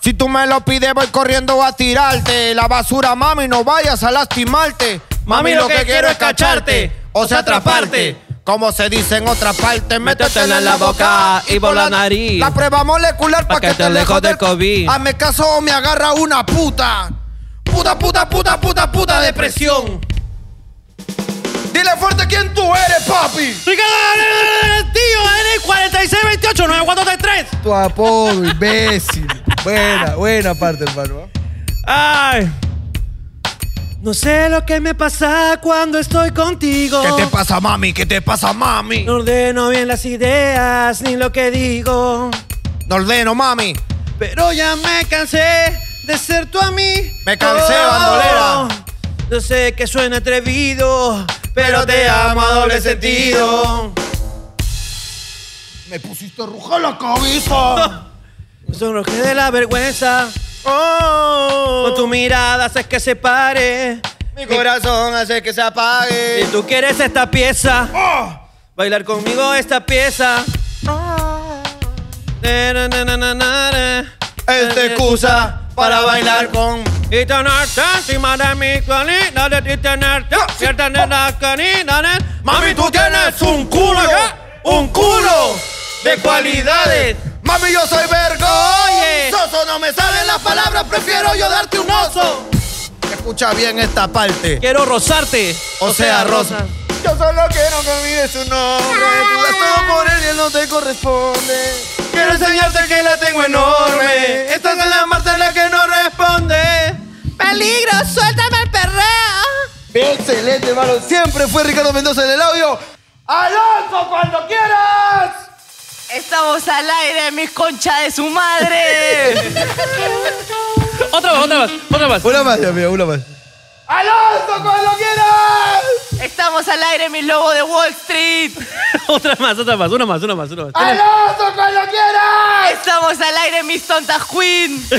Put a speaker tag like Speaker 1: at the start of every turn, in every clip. Speaker 1: Si tú me lo pides, voy corriendo a tirarte. La basura, mami, no vayas a lastimarte. Mami, lo que quiero es cacharte, o sea, atraparte. Como se dice en otra parte, métetela en la boca y por la nariz. La prueba molecular para que te lejos del COVID. Hazme caso o me agarra una puta. Puta, puta, puta, puta, puta depresión. Dile fuerte quién tú eres, papi.
Speaker 2: Ricardo Gabriel Tío, en el 46289433.
Speaker 3: Tu apodo, imbécil. Buena, buena parte, hermano.
Speaker 1: ¿ah?
Speaker 2: Ay. No sé lo que me pasa cuando estoy contigo.
Speaker 1: ¿Qué te pasa, mami? ¿Qué te pasa, mami?
Speaker 2: No ordeno bien las ideas ni lo que digo.
Speaker 1: No ordeno, mami.
Speaker 2: Pero ya me cansé de ser tú a mí.
Speaker 1: Me cansé, bandolera.
Speaker 2: Yo sé que suena atrevido, pero te amo a doble sentido.
Speaker 1: Me pusiste roja la cabeza.
Speaker 2: Me sonrojé de la vergüenza. Oh, con tu mirada haces que se pare.
Speaker 1: Mi corazón hace que se apague.
Speaker 2: Si tú quieres esta pieza,
Speaker 1: Oh,
Speaker 2: bailar conmigo esta pieza.
Speaker 1: esta excusa para bailar con.
Speaker 2: Y tenerte encima de mi colina de ti tenerte Cierta de la canina de
Speaker 1: Mami, tú tienes un culo, un culo de cualidades. Mami, yo soy
Speaker 2: Oye.
Speaker 1: vergonzoso. No me salen las palabras, prefiero yo darte un oso. Escucha bien esta parte.
Speaker 2: Quiero rozarte
Speaker 1: O sea, Rosa. Yo solo quiero que olvides su nombre. Tú das todo por él y él no te corresponde.
Speaker 2: Quiero enseñarte que la tengo enorme Esta es la Marta la que no responde
Speaker 4: Peligro, suéltame el perreo.
Speaker 3: Excelente, hermano. Siempre fue Ricardo Mendoza en el audio.
Speaker 1: ¡Alonso, cuando quieras!
Speaker 4: Estamos al aire, mis conchas de su madre.
Speaker 5: Otra más, otra
Speaker 3: Una
Speaker 5: más, otra más.
Speaker 3: más, amigo, una más.
Speaker 1: ¡Alonso, cuando quieras!
Speaker 4: Estamos al aire, mis lobos de Wall Street.
Speaker 5: Otra más, otra más, una más, una más, una más.
Speaker 1: ¡Alonso, cuando quieras!
Speaker 4: Estamos al aire, mis tontas queen.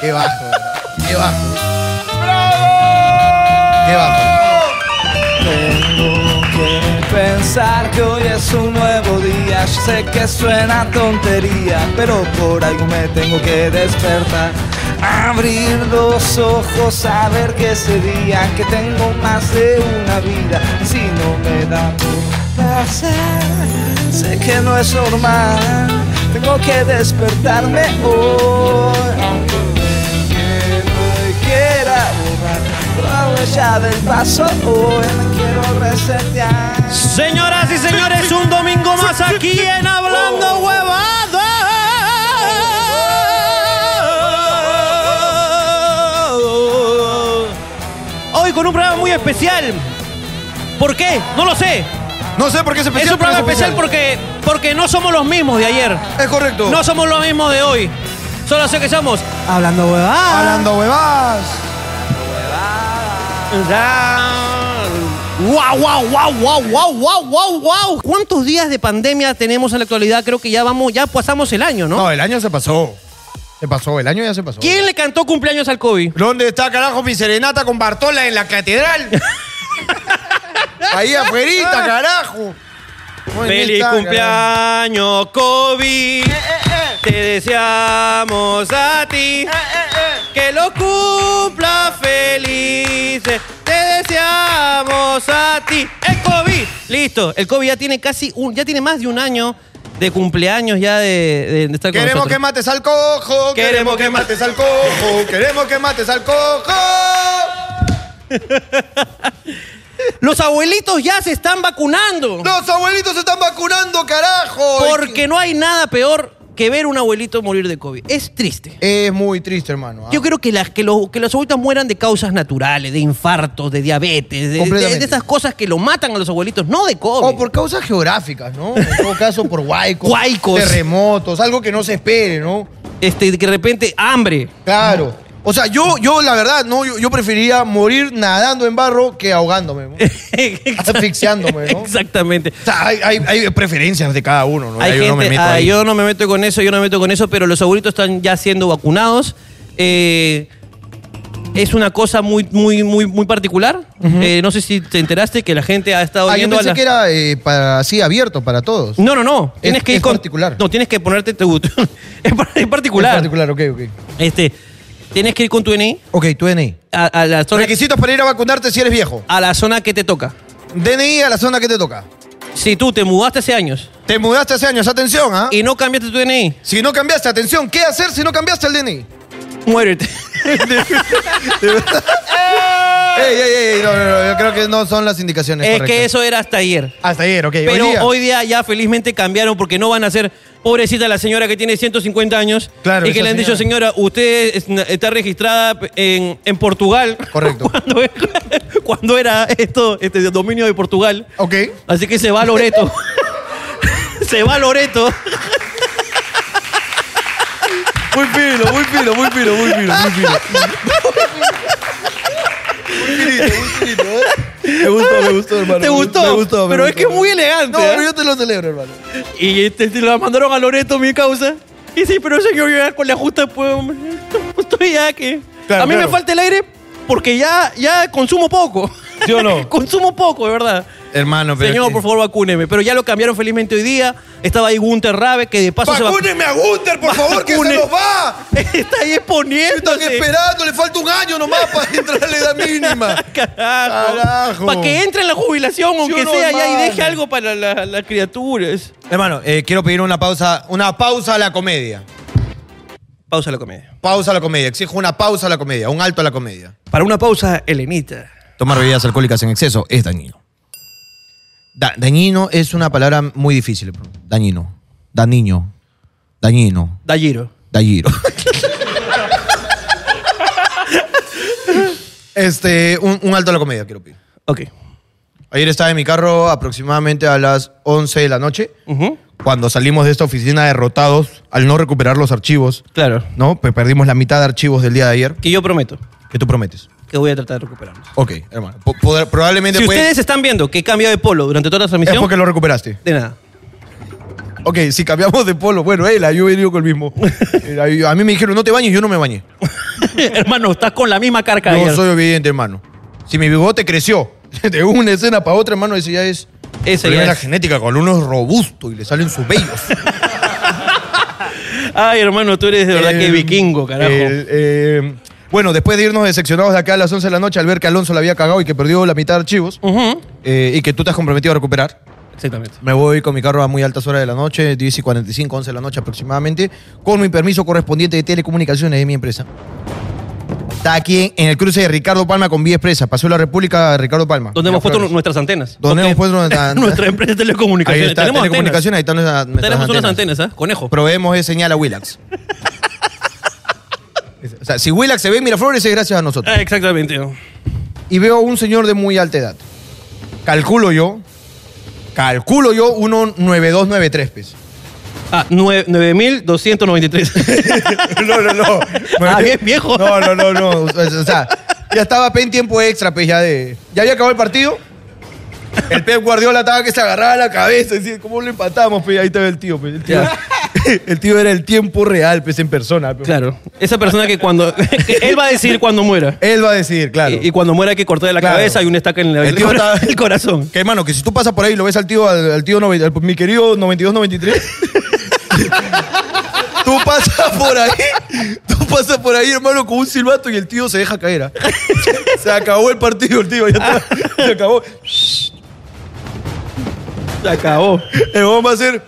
Speaker 3: Qué bajo, qué bajo,
Speaker 1: ¡Bravo!
Speaker 3: qué bajo.
Speaker 6: Tengo que pensar que hoy es un nuevo día. Yo sé que suena tontería, pero por algo me tengo que despertar. Abrir los ojos, saber que ese día que tengo más de una vida. Y si no me da por placer, sé que no es normal. Tengo que despertarme hoy, aunque me quede quiera borrar Toda ya del paso hoy me quiero resetear
Speaker 2: Señoras y señores, un domingo más aquí en Hablando Huevado. Hoy con un programa muy especial. ¿Por qué? No lo sé.
Speaker 3: No sé por qué se
Speaker 2: Es un programa especial porque, porque no somos los mismos de ayer.
Speaker 3: Es correcto.
Speaker 2: No somos los mismos de hoy. Solo sé que somos Hablando Huevado.
Speaker 3: Hablando huevas.
Speaker 2: Wow, wow, wow, wow, wow, wow, wow, wow. ¿Cuántos días de pandemia tenemos en la actualidad? Creo que ya vamos, ya pasamos el año, ¿no?
Speaker 3: No, el año se pasó. Se pasó, el año ya se pasó.
Speaker 2: ¿Quién le cantó cumpleaños al COVID?
Speaker 1: ¿Dónde está, carajo, mi serenata con Bartola en la catedral? Ahí afuerita, carajo. Bueno,
Speaker 2: Feliz
Speaker 1: está,
Speaker 2: cumpleaños, COVID. Te deseamos a ti que lo cumpla feliz. Te deseamos a ti el COVID. Listo, el COVID ya tiene casi un, ya tiene más de un año de cumpleaños ya de, de- de estar con
Speaker 1: Queremos que
Speaker 2: nosotros.
Speaker 1: mates al cojo, queremos que mates al cojo, queremos que mates al cojo.
Speaker 2: Los abuelitos ya se están vacunando
Speaker 3: Los abuelitos se están vacunando, carajo.
Speaker 2: porque no hay nada peor que ver un abuelito morir de COVID. Es triste.
Speaker 3: Es muy triste, hermano. ah.
Speaker 2: Yo creo que, las, que, los, que los abuelitos mueran de causas naturales, de infartos, de diabetes, de,
Speaker 3: Completamente.
Speaker 2: de- de esas cosas que lo matan a los abuelitos, no de COVID.
Speaker 3: O por causas geográficas, ¿no? En todo caso, por huaicos,
Speaker 2: Huaicos.
Speaker 3: terremotos, algo que no se espere, ¿no?
Speaker 2: este, de que de repente, hambre.
Speaker 3: Claro. O sea, yo, yo la verdad, no, yo, yo preferiría morir nadando en barro que ahogándome. ¿no? O Asfixiándome, ¿no?
Speaker 2: Exactamente.
Speaker 3: sea, hay, hay- hay preferencias de cada uno, ¿no?
Speaker 2: Hay
Speaker 3: Yo
Speaker 2: gente,
Speaker 3: no me meto
Speaker 2: ah,
Speaker 3: ahí.
Speaker 2: yo no me meto con eso, yo no me meto con eso, pero los abuelitos están ya siendo vacunados. Eh, es una cosa muy, muy, muy, muy particular. Eh, no sé si te enteraste que la gente ha estado
Speaker 1: Ah, yo
Speaker 2: yendo
Speaker 1: pensé
Speaker 2: a la-
Speaker 1: que era eh, para, así abierto para todos.
Speaker 2: No, no, no. Tienes que ir
Speaker 1: es
Speaker 2: con-
Speaker 1: particular.
Speaker 2: No, tienes que ponerte tu. es par- es
Speaker 1: En
Speaker 2: particular.
Speaker 1: particular, ok, ok.
Speaker 2: Este, tienes que ir con tu DNI
Speaker 1: Ok, tu DNI.
Speaker 2: a, a la zona,
Speaker 1: Requisitos para ir a vacunarte si eres viejo.
Speaker 2: a la zona que te toca.
Speaker 1: DNI a la zona que te toca.
Speaker 2: Si tú te mudaste hace años
Speaker 1: Te mudaste hace años, atención, ¿ah?
Speaker 2: y no cambiaste tu DNI,
Speaker 1: Si no cambiaste, atención, ¿qué hacer si no cambiaste el DNI?
Speaker 2: muérete.
Speaker 1: Ey, ey, ey, no, no, no, yo creo que no son las indicaciones
Speaker 2: Ah. es
Speaker 1: correctas.
Speaker 2: que eso era hasta ayer.
Speaker 1: Hasta ayer, ok.
Speaker 2: Pero
Speaker 1: hoy
Speaker 2: hoy
Speaker 1: día-
Speaker 2: día. ya felizmente cambiaron porque no van a ser pobrecita la señora que tiene 150 años
Speaker 1: Claro,
Speaker 2: y que
Speaker 1: esa
Speaker 2: le han dicho, señora, usted es- está registrada en, en Portugal.
Speaker 1: Correcto.
Speaker 2: Cuando, cuando era esto, este dominio de Portugal.
Speaker 1: Ok.
Speaker 2: Así que se va Loreto. se va Loreto.
Speaker 6: Muy fino, muy fino, muy fino, muy fino, muy fino. Me gustó, me gustó, hermano.
Speaker 2: ¿Te gustó?
Speaker 6: Me gustó, me
Speaker 2: Pero es
Speaker 6: gustó.
Speaker 2: que es muy elegante.
Speaker 1: No,
Speaker 2: ¿eh?
Speaker 1: pero yo te lo celebro, hermano.
Speaker 2: Y este, se la mandaron a Loreto, mi causa. Y sí, pero yo quiero llegar con la justa pues, hombre. Estoy ya que.
Speaker 6: Claro,
Speaker 2: a mí
Speaker 6: claro.
Speaker 2: me falta el aire porque ya, ya consumo poco.
Speaker 6: ¿Sí o no?
Speaker 2: consumo poco, de verdad.
Speaker 1: Hermano, pero.
Speaker 2: Señor, por favor, vacúneme. Pero ya lo cambiaron felizmente hoy día. Estaba ahí Gunter Rabe, que de paso
Speaker 1: ¡Vacúnenme a Gunter, por favor, que se
Speaker 2: Vacunen.
Speaker 1: nos va!
Speaker 2: se va. Está ahí
Speaker 1: Están
Speaker 2: exponiéndose.
Speaker 1: esperando, le falta un año nomás para entrar a la edad mínima.
Speaker 2: Carajo.
Speaker 1: Carajo.
Speaker 2: Para que entre en la jubilación, aunque
Speaker 1: no,
Speaker 2: sea, ya y deje
Speaker 1: hermano.
Speaker 2: algo para la- las criaturas.
Speaker 1: Hermano, eh, quiero pedir una pausa, una pausa a la comedia.
Speaker 2: Pausa la comedia.
Speaker 1: Pausa a la comedia. Exijo una pausa a la comedia, un alto a la comedia.
Speaker 2: Para una pausa, Elenita.
Speaker 1: Tomar bebidas alcohólicas en exceso es dañino. Da- dañino es una palabra muy difícil. bro. Dañino. Dañino. Dañino.
Speaker 2: Dalliro.
Speaker 1: Dañino. este, un, un alto a la comedia, quiero pedir.
Speaker 2: Ok.
Speaker 1: Ayer estaba en mi carro aproximadamente a las 11 de la noche,
Speaker 2: Ujú.
Speaker 1: cuando salimos de esta oficina derrotados al no recuperar los archivos,
Speaker 2: Claro.
Speaker 1: ¿no? Pe- Perdimos la mitad de archivos del día de ayer.
Speaker 2: Que yo prometo
Speaker 1: ¿Qué tú prometes?
Speaker 2: que voy a tratar de recuperarlos.
Speaker 1: Ok, hermano. Po- poder- probablemente
Speaker 2: Si
Speaker 1: puede-
Speaker 2: ustedes están viendo que he cambiado de polo durante toda la
Speaker 1: es
Speaker 2: transmisión,
Speaker 1: porque lo recuperaste.
Speaker 2: de nada.
Speaker 1: Ok, si cambiamos de polo, bueno, él, yo he venido con el mismo. Eh, ahí- A mí me dijeron, no te bañes, yo no me bañé.
Speaker 2: Hermano, estás con la misma carga.
Speaker 1: Yo
Speaker 2: ayer.
Speaker 1: soy obediente, hermano. Si mi bigote creció de una escena para otra, hermano, ese ya es.
Speaker 2: Ese
Speaker 1: problema
Speaker 2: ya
Speaker 1: de la
Speaker 2: es.
Speaker 1: genética, con uno es robusto y le salen sus vellos.
Speaker 2: Ay, hermano, tú eres de verdad que
Speaker 1: El-
Speaker 2: vikingo, carajo.
Speaker 1: Eh, el, eh, bueno, después de irnos decepcionados de acá a las 11 de la noche al ver que Alonso la había cagado y que perdió la mitad de archivos
Speaker 2: Ujú.
Speaker 1: eh, y que tú te has comprometido a recuperar,
Speaker 2: Exactamente.
Speaker 1: me voy con mi carro a muy altas horas de la noche, 10 y 45, 11 de la noche aproximadamente, con mi permiso correspondiente de telecomunicaciones de mi empresa. Está aquí en el cruce de Ricardo Palma con Vía Expresa. Pasó la República de Ricardo Palma.
Speaker 2: Donde
Speaker 1: En
Speaker 2: hemos puesto
Speaker 1: Flores.
Speaker 2: nuestras antenas.
Speaker 1: Donde hemos puesto nuestra-
Speaker 2: nuestra, nuestra empresa de
Speaker 1: Ahí
Speaker 2: telecomunicaciones.
Speaker 1: está,
Speaker 2: Tenemos
Speaker 1: telecomunicaciones, ahí están nuestras,
Speaker 2: antenas.
Speaker 1: nuestras
Speaker 2: Tenemos unas antenas, ¿eh? Conejo.
Speaker 1: Proveemos de señal a Willax. o sea, si Willax se ve en Miraflores es gracias a nosotros.
Speaker 2: Ah, exactamente.
Speaker 1: Y veo a un señor de muy alta edad. Calculo yo, calculo yo 19293 pesos.
Speaker 2: Ah, nue- 9293.
Speaker 1: No, no, no.
Speaker 2: Ah, bien viejo.
Speaker 1: No, no, no, no. O sea, ya estaba pe en tiempo extra, pues ya de. Ya había acabado el partido. El Pep Guardiola estaba que se agarraba la cabeza. Decía, ¿cómo lo empatamos? Pues ahí estaba el tío. Pues. El, tío
Speaker 2: Ya.
Speaker 1: el tío era el tiempo real, pues en persona. pe.
Speaker 2: claro. Esa persona que cuando. que él va a decir cuando muera.
Speaker 1: Él va a decidir, claro.
Speaker 2: Y, y cuando muera hay que cortarle la
Speaker 1: Claro.
Speaker 2: cabeza y un estaca en la-
Speaker 1: El tío está-
Speaker 2: el corazón.
Speaker 1: Que hermano, que si tú pasas por ahí y lo ves al tío, al, al tío, noven- al- mi querido 92-93. tú pasas por ahí, tú pasas por ahí, hermano, con un silbato y el tío se deja caer. ah. se acabó el partido, el tío, ya está, se acabó.
Speaker 2: Se acabó.
Speaker 1: El huevón va a ser.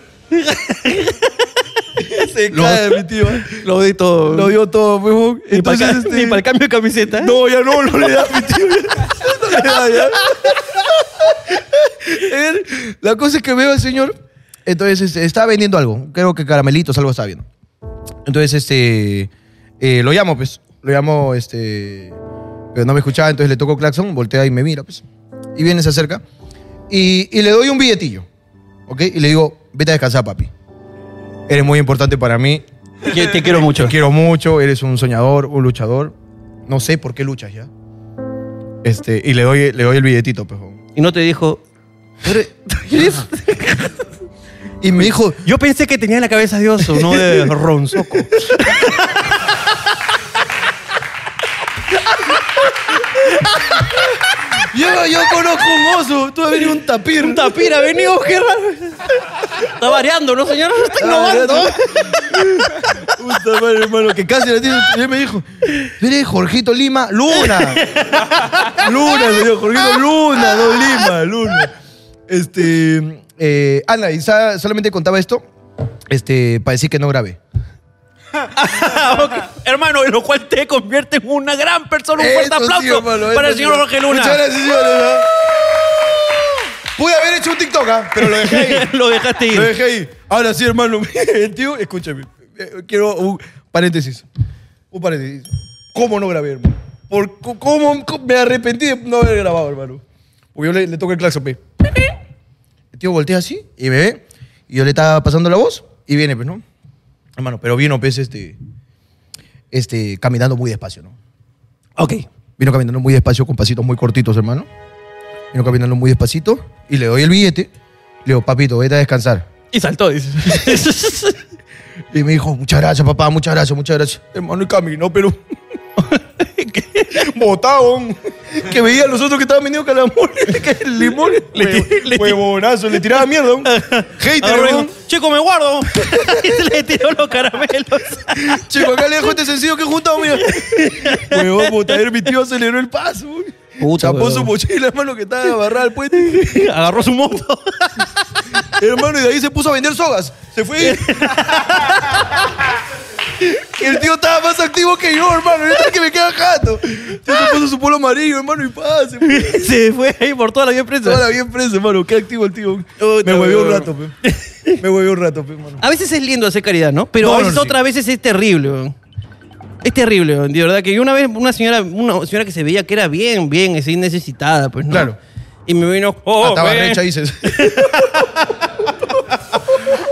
Speaker 1: se cae, mi tío.
Speaker 2: ¿eh? Lo di todo.
Speaker 1: Lo dio todo, pues, huevón.
Speaker 2: Ni para
Speaker 1: Entonces, este,
Speaker 2: el cambio de camiseta.
Speaker 1: No, ya no, no le da, mi tío. ya. No le da, ya. A ver, La cosa es que veo al señor. Entonces, este, está vendiendo algo. Creo que caramelitos, algo está viendo. Entonces, este. eh, lo llamo, pues. Lo llamo, este. Pero no me escuchaba, entonces le toco claxon, voltea y me mira, pues. Y viene, se acerca. Y, y le doy un billetillo. ¿Ok? Y le digo, vete a descansar, papi. Eres muy importante para mí.
Speaker 2: Te, te quiero mucho.
Speaker 1: Te quiero mucho, eres un soñador, un luchador. No sé por qué luchas ya. Este, y le doy, le doy el billetito, pues. pejón.
Speaker 2: Y no te dijo.
Speaker 1: Y me dijo,
Speaker 2: Yo pensé que tenía la cabeza de oso, no de ronzoco.
Speaker 1: Yo, yo conozco un oso. Tú has venido un tapir.
Speaker 2: Un tapir ha venido, qué raro. Está variando, ¿no, señor? Está innovando.
Speaker 1: Ah, Puta madre, hermano, que casi la tiene. Él me dijo, mire, Jorgito Lima, Luna. Luna, señor, Jorgito Luna, no Lima, Luna. Este, eh, Ana, y sa- solamente contaba esto este, para decir que no grabé.
Speaker 2: Ah, ok. Hermano, y lo cual te convierte en una gran persona. Un fuerte
Speaker 1: Eso sí,
Speaker 2: aplauso
Speaker 1: hermano,
Speaker 2: para el
Speaker 1: eso sí.
Speaker 2: señor Jorge Luna.
Speaker 1: Muchas gracias, señores. ¿no? Pude haber hecho un TikTok, ¿ah? pero lo dejé ahí.
Speaker 2: lo dejaste
Speaker 1: Lo
Speaker 2: ir.
Speaker 1: dejé ahí. Ahora sí, hermano. El tío, escúchame. Eh, Quiero un paréntesis. Un paréntesis. ¿Cómo no grabé, hermano? ¿Por cu- ¿Cómo, cómo me arrepentí de no haber grabado, hermano? Porque yo le, le toco el claxon, pe. El tío voltea así y me ve. Y yo le estaba pasando la voz y viene, pues, ¿no? Hermano, pero vino, pues, este... Este, caminando muy despacio, ¿no?
Speaker 2: Ok.
Speaker 1: Vino caminando muy despacio con pasitos muy cortitos, hermano. Vino caminando muy despacito y le doy el billete. Le digo, papito, vete a descansar.
Speaker 2: Y saltó, dice.
Speaker 1: Y me dijo, muchas gracias, papá, muchas gracias, muchas gracias. Hermano, y caminó, pero. Botón. Que veía a los otros que estaban vendiendo calambores, que el limón.
Speaker 2: Le
Speaker 1: Hue-
Speaker 2: ti- le ti-
Speaker 1: Huevonazo, le tiraba mierda. un Hater,
Speaker 2: Ahora
Speaker 1: weón.
Speaker 2: dijo, Chico, me guardo. y le tiró los caramelos.
Speaker 1: Chico, acá le dejo este sencillo que he juntado, mira. Huevón, botader, mi tío aceleró el paso, weón.
Speaker 2: Puta,
Speaker 1: Chapó
Speaker 2: huevón.
Speaker 1: su mochila, hermano, que estaba agarrada al puente.
Speaker 2: Agarró su moto.
Speaker 1: Hermano, y de ahí se puso a vender sogas. Se fue. El tío estaba más activo que yo, hermano. Yo estaba que me queda jato. El tío se puso su polo amarillo, hermano, y pase.
Speaker 2: Se fue ahí por toda la vía presa.
Speaker 1: Toda la bien presa, hermano. Qué activo el tío. Me huevió un rato, pe. Me huevió un rato, pe, hermano.
Speaker 2: A veces es lindo hacer caridad, ¿no? Pero
Speaker 1: No,
Speaker 2: a
Speaker 1: no,
Speaker 2: veces,
Speaker 1: sí.
Speaker 2: otras veces es terrible. weón. Es terrible, weón, de verdad. Que yo una vez, una señora, una señora que se veía que era bien, bien, así necesitada, pues, ¿no?
Speaker 1: Claro. Ah,
Speaker 2: Y me vino, oh,
Speaker 1: Estaba
Speaker 2: ven,
Speaker 1: recha, dices.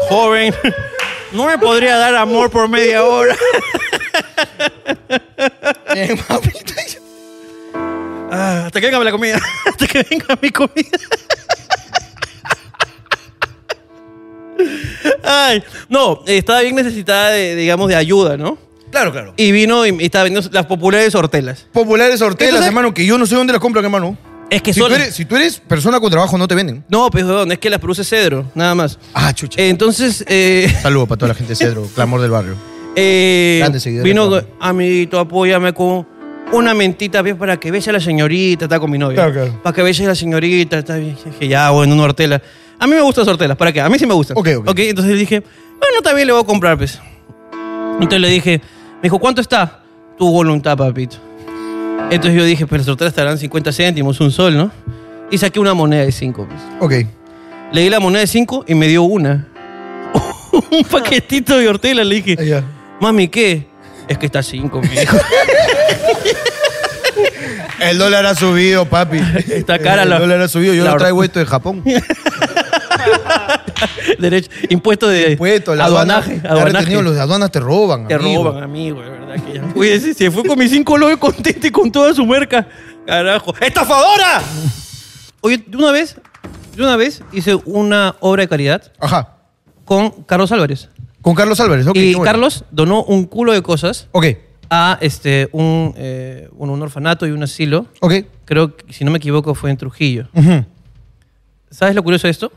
Speaker 2: joven, no me podría dar amor por media hora.
Speaker 1: Bien, papito.
Speaker 2: Ah, hasta que venga la comida. Hasta que venga mi comida. Ay, no, estaba bien necesitada, de, digamos, de ayuda, ¿no?
Speaker 1: Claro, claro.
Speaker 2: Y vino y, y estaba vendiendo las populares hortelas.
Speaker 1: Populares hortelas,
Speaker 2: Entonces-
Speaker 1: hermano, que yo no sé dónde las compran, hermano.
Speaker 2: Es que
Speaker 1: Si
Speaker 2: son...
Speaker 1: tú, eres, si tú eres persona con trabajo, no te venden.
Speaker 2: No, pues, weón, es que las produce Cedro, nada más.
Speaker 1: Ah, chucha.
Speaker 2: Entonces, eh,
Speaker 1: Saludos para toda la gente de Cedro, clamor del barrio.
Speaker 2: eh,
Speaker 1: Grande seguidor
Speaker 2: vino,
Speaker 1: de Trump.
Speaker 2: amiguito, apóyame con una mentita bien para que bese a la señorita, está con mi novia.
Speaker 1: Claro, claro.
Speaker 2: Para que bese a la señorita, está bien. Dije, ya, bueno, una hortela. A mí me gustan las hortelas, ¿para qué? A mí sí me gustan.
Speaker 1: Ok, ok.
Speaker 2: entonces le dije, bueno, también le voy a comprar, pues. Entonces le dije, me dijo, ¿cuánto está? Tu voluntad, papito. Entonces yo dije, pero las hortelas estarán 50 céntimos, un sol, ¿no? Y saqué una moneda de 5, pues.
Speaker 1: Ok.
Speaker 2: Le di la moneda de 5 y me dio una. un paquetito de hortela. Le dije,
Speaker 1: Allá.
Speaker 2: mami, ¿qué? Es que está 5, me dijo.
Speaker 1: El dólar ha subido, papi.
Speaker 2: Está cara
Speaker 1: El
Speaker 2: la-
Speaker 1: dólar ha subido. Yo
Speaker 2: la
Speaker 1: no
Speaker 2: hor-
Speaker 1: traigo esto de Japón.
Speaker 2: Derecho, impuesto de
Speaker 1: Puesto, Pues la
Speaker 2: aduanaje.
Speaker 1: aduana- la
Speaker 2: aduanaje.
Speaker 1: retenido, los de aduanas te roban.
Speaker 2: Te
Speaker 1: amigo.
Speaker 2: roban, amigo, de verdad que ya. Oye, si se fue con mis 5 lobos contento y con toda su merca. Carajo. ¡Estafadora! Oye, de una vez, de una vez hice una obra de caridad
Speaker 1: Ajá. con
Speaker 2: con Carlos Álvarez.
Speaker 1: Carlos Álvarez, ok. qué
Speaker 2: y
Speaker 1: bueno.
Speaker 2: Carlos donó un culo de cosas
Speaker 1: Ok,
Speaker 2: a este, un, eh, un- un orfanato y un asilo.
Speaker 1: ok.
Speaker 2: creo que, si no me equivoco, fue en Trujillo.
Speaker 1: Ujú.
Speaker 2: ¿Sabes lo curioso de esto?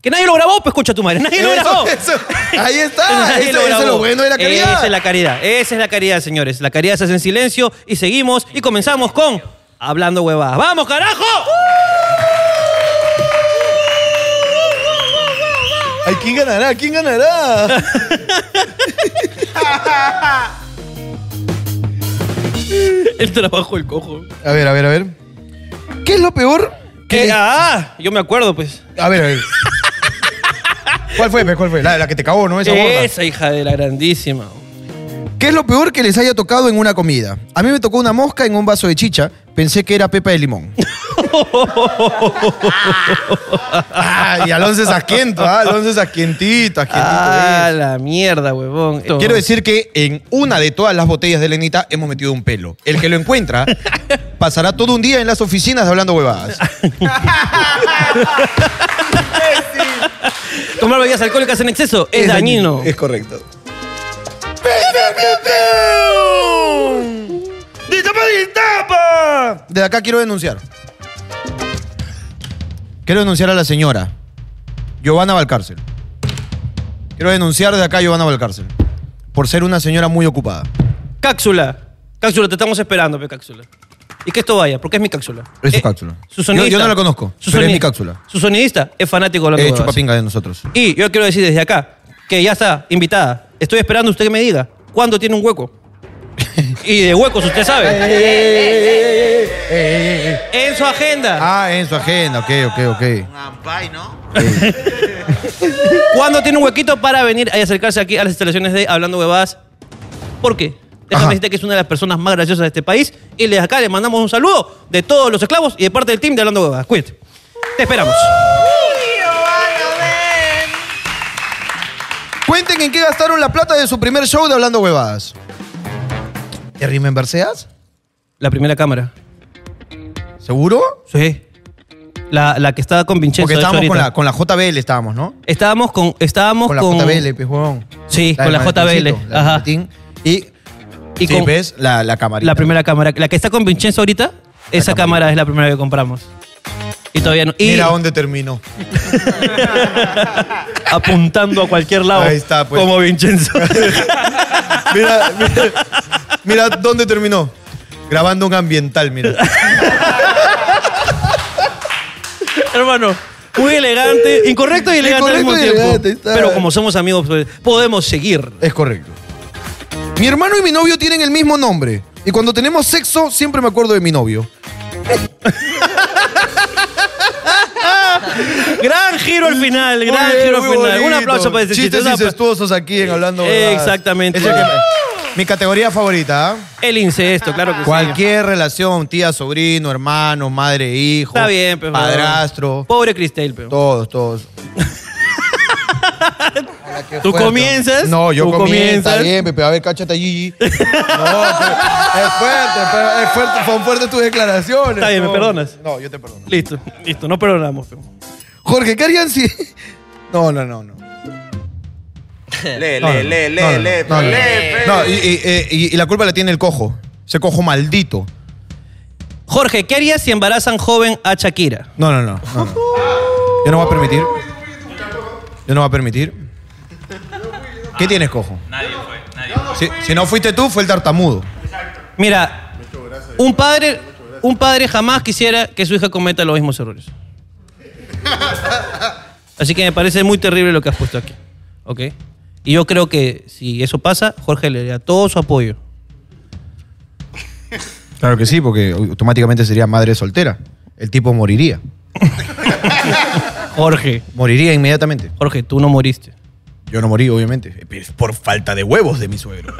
Speaker 2: Que nadie lo grabó, pues escucha tu madre, nadie lo grabó.
Speaker 1: Eso- ahí está.
Speaker 2: Nadie
Speaker 1: eso, eso es
Speaker 2: grabó. Eh,
Speaker 1: lo bueno de la caridad.
Speaker 2: Esa es la caridad, esa es la caridad, señores. La caridad se hace en silencio y seguimos y comenzamos con Hablando Huevadas. ¡Vamos, carajo!
Speaker 1: Uh. Ay, ¿quién ganará? ¿Quién ganará?
Speaker 2: El trabajo del cojo.
Speaker 1: A ver, a ver, a ver. ¿Qué es lo peor?
Speaker 2: Que,
Speaker 1: a
Speaker 2: ah, yo me acuerdo, pues.
Speaker 1: ver, a ver. ¿Cuál fue? pe? ¿Cuál fue? La, la que te cagó, ¿no? Esa gorda.
Speaker 2: Esa hija de la grandísima.
Speaker 1: ¿Qué es lo peor que les haya tocado en una comida? A mí me tocó una mosca en un vaso de chicha. Pensé que era pepa de limón. Ay, Alonso es asquiento, ¿ah? Alonso es asquientito, asquientito
Speaker 2: Ah,
Speaker 1: es.
Speaker 2: la mierda, huevón. Esto-
Speaker 1: Quiero decir que en una de todas las botellas de Lenita hemos metido un pelo. El que lo encuentra pasará todo un día en las oficinas de hablando huevadas.
Speaker 2: Tomar bebidas alcohólicas en exceso es, dañino.
Speaker 1: Es correcto. De acá quiero denunciar. Quiero denunciar a la señora Giovanna Valcárcel. Quiero denunciar de acá a Giovanna Valcárcel por ser una señora muy ocupada.
Speaker 2: Cápsula. Cápsula, te estamos esperando, pe cápsula. Y que esto vaya, porque es mi cápsula.
Speaker 1: Es su
Speaker 2: Eh,
Speaker 1: cápsula.
Speaker 2: Su sonidista,
Speaker 1: Yo- yo no la conozco, pero es mi cápsula.
Speaker 2: Su sonidista es fanático de lo que
Speaker 1: Es
Speaker 2: vos haces.
Speaker 1: chupapinga de nosotros.
Speaker 2: Y yo quiero decir desde acá que ya está invitada. Estoy esperando usted que me diga cuándo tiene un hueco. y de huecos usted sabe.
Speaker 4: Eh,
Speaker 2: Eh, en su agenda.
Speaker 1: Ah, en su agenda, ok, ok, ok.
Speaker 2: ¿Cuándo tiene un huequito para venir y acercarse aquí a las instalaciones de Hablando Huevadas? ¿Por qué?
Speaker 1: Ajá.
Speaker 2: Déjame decirte que es una de las personas más graciosas de este país y desde acá le mandamos un saludo de todos los esclavos y de parte del team de Hablando Huevadas. Cuídate. Te esperamos.
Speaker 1: Cuenten en qué gastaron la plata de su primer show de Hablando Huevadas. ¿Te remember seas?
Speaker 2: La primera cámara.
Speaker 1: ¿Seguro?
Speaker 2: Sí. La, la que estaba con Vincenzo.
Speaker 1: Porque
Speaker 2: de hecho,
Speaker 1: estábamos con
Speaker 2: ahorita.
Speaker 1: la, con la JBL, estábamos, ¿no?
Speaker 2: Estábamos con. Estábamos
Speaker 1: Con
Speaker 2: con.
Speaker 1: la JBL, pejón.
Speaker 2: Sí, con la JBL, ajá.
Speaker 1: Y,
Speaker 2: y
Speaker 1: sí,
Speaker 2: con
Speaker 1: ves, la, la camarita.
Speaker 2: la primera cámara. La que está con Vincenzo ahorita, esa cámara es la primera que compramos. Y todavía no. Y
Speaker 1: Mira dónde terminó.
Speaker 2: apuntando a cualquier lado.
Speaker 1: Ahí está, pues.
Speaker 2: Como Vincenzo.
Speaker 1: Mira, mira, mira dónde terminó. Grabando un ambiental, mira.
Speaker 2: Hermano, muy elegante, incorrecto y elegante al
Speaker 1: Incorrecto
Speaker 2: mismo
Speaker 1: y
Speaker 2: tiempo.
Speaker 1: elegante, está.
Speaker 2: Pero como somos amigos, pues, podemos seguir.
Speaker 1: Es correcto. Mi hermano y mi novio tienen el mismo nombre. Y cuando tenemos sexo, siempre me acuerdo de mi novio.
Speaker 2: Gran giro al final, gran
Speaker 1: Muy bien,
Speaker 2: giro al
Speaker 1: muy
Speaker 2: final. Un
Speaker 1: bonito.
Speaker 2: aplauso para este ese chiste.
Speaker 1: Chistes
Speaker 2: Un apla-
Speaker 1: incestuosos aquí en Hablando Huevadas.
Speaker 2: Exactamente.
Speaker 1: Es el que me- mi categoría favorita, ¿ah?
Speaker 2: El incesto, claro que sí.
Speaker 1: Cualquier relación, tía, sobrino, hermano, madre, hijo,
Speaker 2: Está bien, pues, pero.
Speaker 1: padrastro,
Speaker 2: Pobre Cristel, pero.
Speaker 1: todos, todos.
Speaker 2: ¿Tú comienzas?
Speaker 1: No, yo
Speaker 2: ¿Tú
Speaker 1: comienzo.
Speaker 2: comienzas?
Speaker 1: Está bien, Pepe. A ver, cáchate allí. No, pero es fuerte, pero es fuerte, son fuertes tus declaraciones.
Speaker 2: Está bien, ¿me
Speaker 1: No,
Speaker 2: perdonas?
Speaker 1: No, yo te perdono.
Speaker 2: Listo, listo, no perdonamos. pero.
Speaker 1: Jorge, ¿qué harían si...? No, no, no, no.
Speaker 7: Lee,
Speaker 1: No,
Speaker 7: lee, lee,
Speaker 1: no, no,
Speaker 7: lee,
Speaker 1: no,
Speaker 7: lee.
Speaker 1: no, no, no.
Speaker 7: lee,
Speaker 1: No, y, y- eh, y- y la culpa la tiene el cojo. Ese cojo maldito.
Speaker 2: Jorge, ¿qué harías si embarazan joven a Shakira?
Speaker 1: No, no, no. no, no. Yo no voy a permitir. Yo no voy a permitir. ¿Qué tienes, cojo? Nadie fue. Nadie Si, si no fuiste tú, fue el tartamudo.
Speaker 2: Mira, un padre, un padre jamás quisiera que su hija cometa los mismos errores. Así que me parece muy terrible lo que has puesto aquí. ¿Ok? Y yo creo que si eso pasa, Jorge le daría todo su apoyo.
Speaker 1: Claro que sí, porque automáticamente sería madre soltera. El tipo moriría.
Speaker 2: Jorge,
Speaker 1: Moriría inmediatamente.
Speaker 2: Jorge, tú no moriste.
Speaker 1: Yo no morí, obviamente. Es por falta de huevos de mi suegro.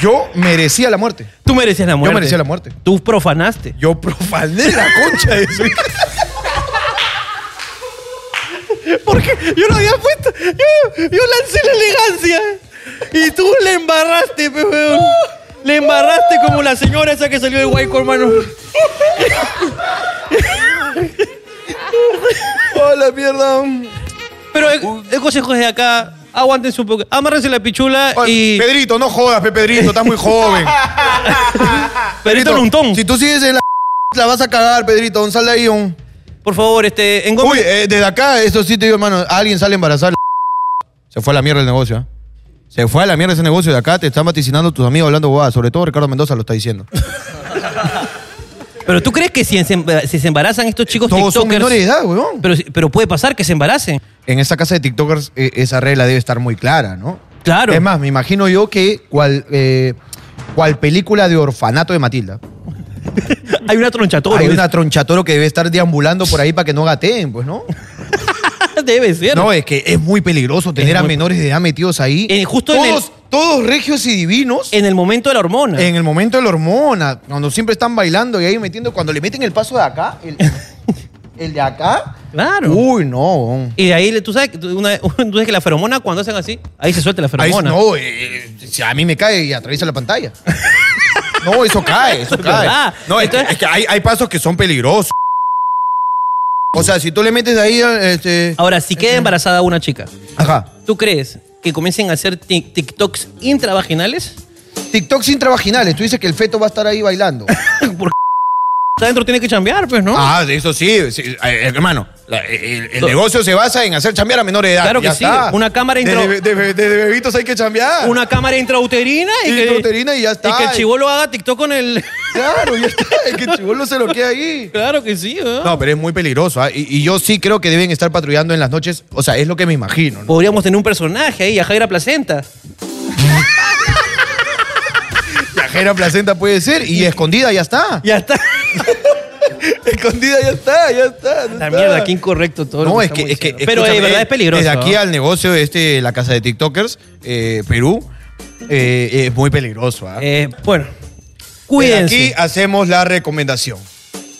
Speaker 1: Yo merecía la muerte.
Speaker 2: Tú merecías la muerte.
Speaker 1: merecía la muerte.
Speaker 2: Tú profanaste.
Speaker 1: Yo profané la concha de su hija.
Speaker 2: ¿Por qué? Yo lo había puesto. Yo, yo lancé la elegancia. Y tú le embarraste, pe, weón. Le embarraste como la señora esa que salió de Guayco, hermano.
Speaker 1: Hola, Oh, mierda.
Speaker 2: Pero el, el consejo es de acá. Aguántense un poco. Amárrense la pichula
Speaker 1: Oh,
Speaker 2: y.
Speaker 1: Pedrito, no jodas, pe, Pedrito, estás muy joven.
Speaker 2: Pedrito Luntón.
Speaker 1: Si tú sigues en la la vas a cagar, Pedrito. Un sal de ahí, un.
Speaker 2: Por favor, este. En Gómez-
Speaker 1: Uy, eh, desde acá, eso sí te digo, hermano, alguien sale embarazada. Se fue a la mierda el negocio, ¿eh? Se fue a la mierda ese negocio de acá, te están vaticinando tus amigos hablando bobadas, sobre todo Ricardo Mendoza lo está diciendo.
Speaker 2: Pero tú crees que si, se embar- si se embarazan estos chicos
Speaker 1: Todos son
Speaker 2: TikTokers.
Speaker 1: menores de edad, weón.
Speaker 2: pero, pero puede pasar que se embaracen.
Speaker 1: En esa casa de TikTokers eh, esa regla debe estar muy clara, ¿no?
Speaker 2: Claro.
Speaker 1: Es más, me imagino yo que cual, eh, cual película de orfanato de Matilda.
Speaker 2: Hay una tronchatoro.
Speaker 1: Hay una tronchatoro que debe estar deambulando por ahí para que no gateen, pues, ¿no?
Speaker 2: Debe ser.
Speaker 1: No, es que es muy peligroso tener a
Speaker 2: muy-
Speaker 1: menores de edad metidos ahí.
Speaker 2: Eh, justo en el-
Speaker 1: todos, todos regios y divinos.
Speaker 2: En el momento de la hormona.
Speaker 1: En el momento de la hormona, cuando siempre están bailando y ahí metiendo, cuando le meten el paso de acá, el, el de acá.
Speaker 2: Claro.
Speaker 1: Uy, no.
Speaker 2: Y de ahí, le- tú sabes, que tú- una- tú sabes que la feromona, cuando hacen así, ahí se suelta la
Speaker 1: Ahí,
Speaker 2: feromona.
Speaker 1: no, eh, si a mí me cae y atraviesa la pantalla. No, eso cae, eso
Speaker 2: Es
Speaker 1: cae.
Speaker 2: verdad.
Speaker 1: No, es que,
Speaker 2: Entonces-
Speaker 1: es que hay, hay pasos que son peligrosos. O sea, si tú le metes ahí, este.
Speaker 2: Ahora, si queda embarazada una chica,
Speaker 1: Ajá.
Speaker 2: ¿tú crees que comiencen a hacer tic- TikToks intravaginales?
Speaker 1: TikTok sin vaginales. Tú dices que el feto va a estar ahí bailando.
Speaker 2: Está adentro tiene que chambear, pues, ¿no?
Speaker 1: Ah, eso sí, sí, eh, hermano. la- el, el negocio se basa en hacer chambear a menores de edad.
Speaker 2: Claro que
Speaker 1: ya
Speaker 2: sí,
Speaker 1: está.
Speaker 2: una cámara intro-
Speaker 6: Desde, desde- desde bebitos hay que chambear.
Speaker 2: Una cámara intrauterina y, que,
Speaker 6: Intrauterina y ya está.
Speaker 2: Y que el chivolo haga TikTok con el.
Speaker 6: Claro, ya está. Es que el chibolo se lo queda ahí.
Speaker 2: claro que sí, ¿verdad?
Speaker 1: No, pero es muy peligroso. ¿ah? Y, y yo sí creo que deben estar patrullando en las noches. O sea, es lo que me imagino. ¿no?
Speaker 2: Podríamos tener un personaje ahí, a Jaira Placenta.
Speaker 1: Viajera placenta puede ser y escondida ya está.
Speaker 2: Ya está.
Speaker 6: Escondida ya está, ya está. ya
Speaker 2: La
Speaker 6: está.
Speaker 2: mierda, qué incorrecto todo. lo
Speaker 1: No, es que,
Speaker 2: estamos
Speaker 1: es que
Speaker 2: diciendo. Pero de
Speaker 1: escúchame,
Speaker 2: verdad es peligroso.
Speaker 1: Desde aquí
Speaker 2: ¿ah?
Speaker 1: al negocio este, la casa de TikTokers, eh, Perú, eh, es muy peligroso. ¿ah?
Speaker 2: Eh, bueno,
Speaker 1: Desde
Speaker 2: cuídense.
Speaker 1: Eh, Aquí hacemos la recomendación,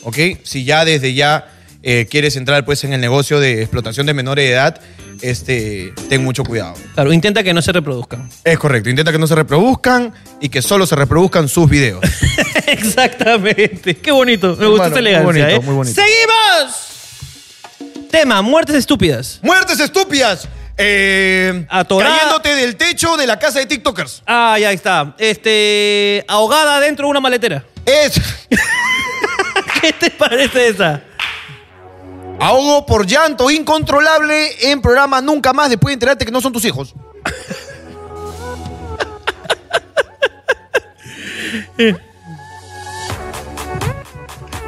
Speaker 1: ¿ok? Si ya desde ya eh, quieres entrar pues en el negocio de explotación de menores de edad, este, ten mucho cuidado.
Speaker 2: Claro, intenta que no se reproduzcan.
Speaker 1: Es correcto, intenta que no se reproduzcan y que solo se reproduzcan sus videos.
Speaker 2: Exactamente. Qué bonito. Me gustó
Speaker 6: Hermano,
Speaker 2: esa elegancia.
Speaker 6: muy bonito,
Speaker 2: ¿eh?
Speaker 6: muy bonito.
Speaker 2: ¡Seguimos! Tema: muertes estúpidas.
Speaker 1: ¡Muertes estúpidas! Eh,
Speaker 2: Atorada.
Speaker 1: Cayéndote del techo de la casa de TikTokers.
Speaker 2: Ah, ya está. Este. Ahogada dentro de una maletera.
Speaker 1: Es
Speaker 2: ¿Qué te parece esa?
Speaker 1: ahogo por llanto incontrolable en programa Nunca Más después de enterarte que no son tus hijos.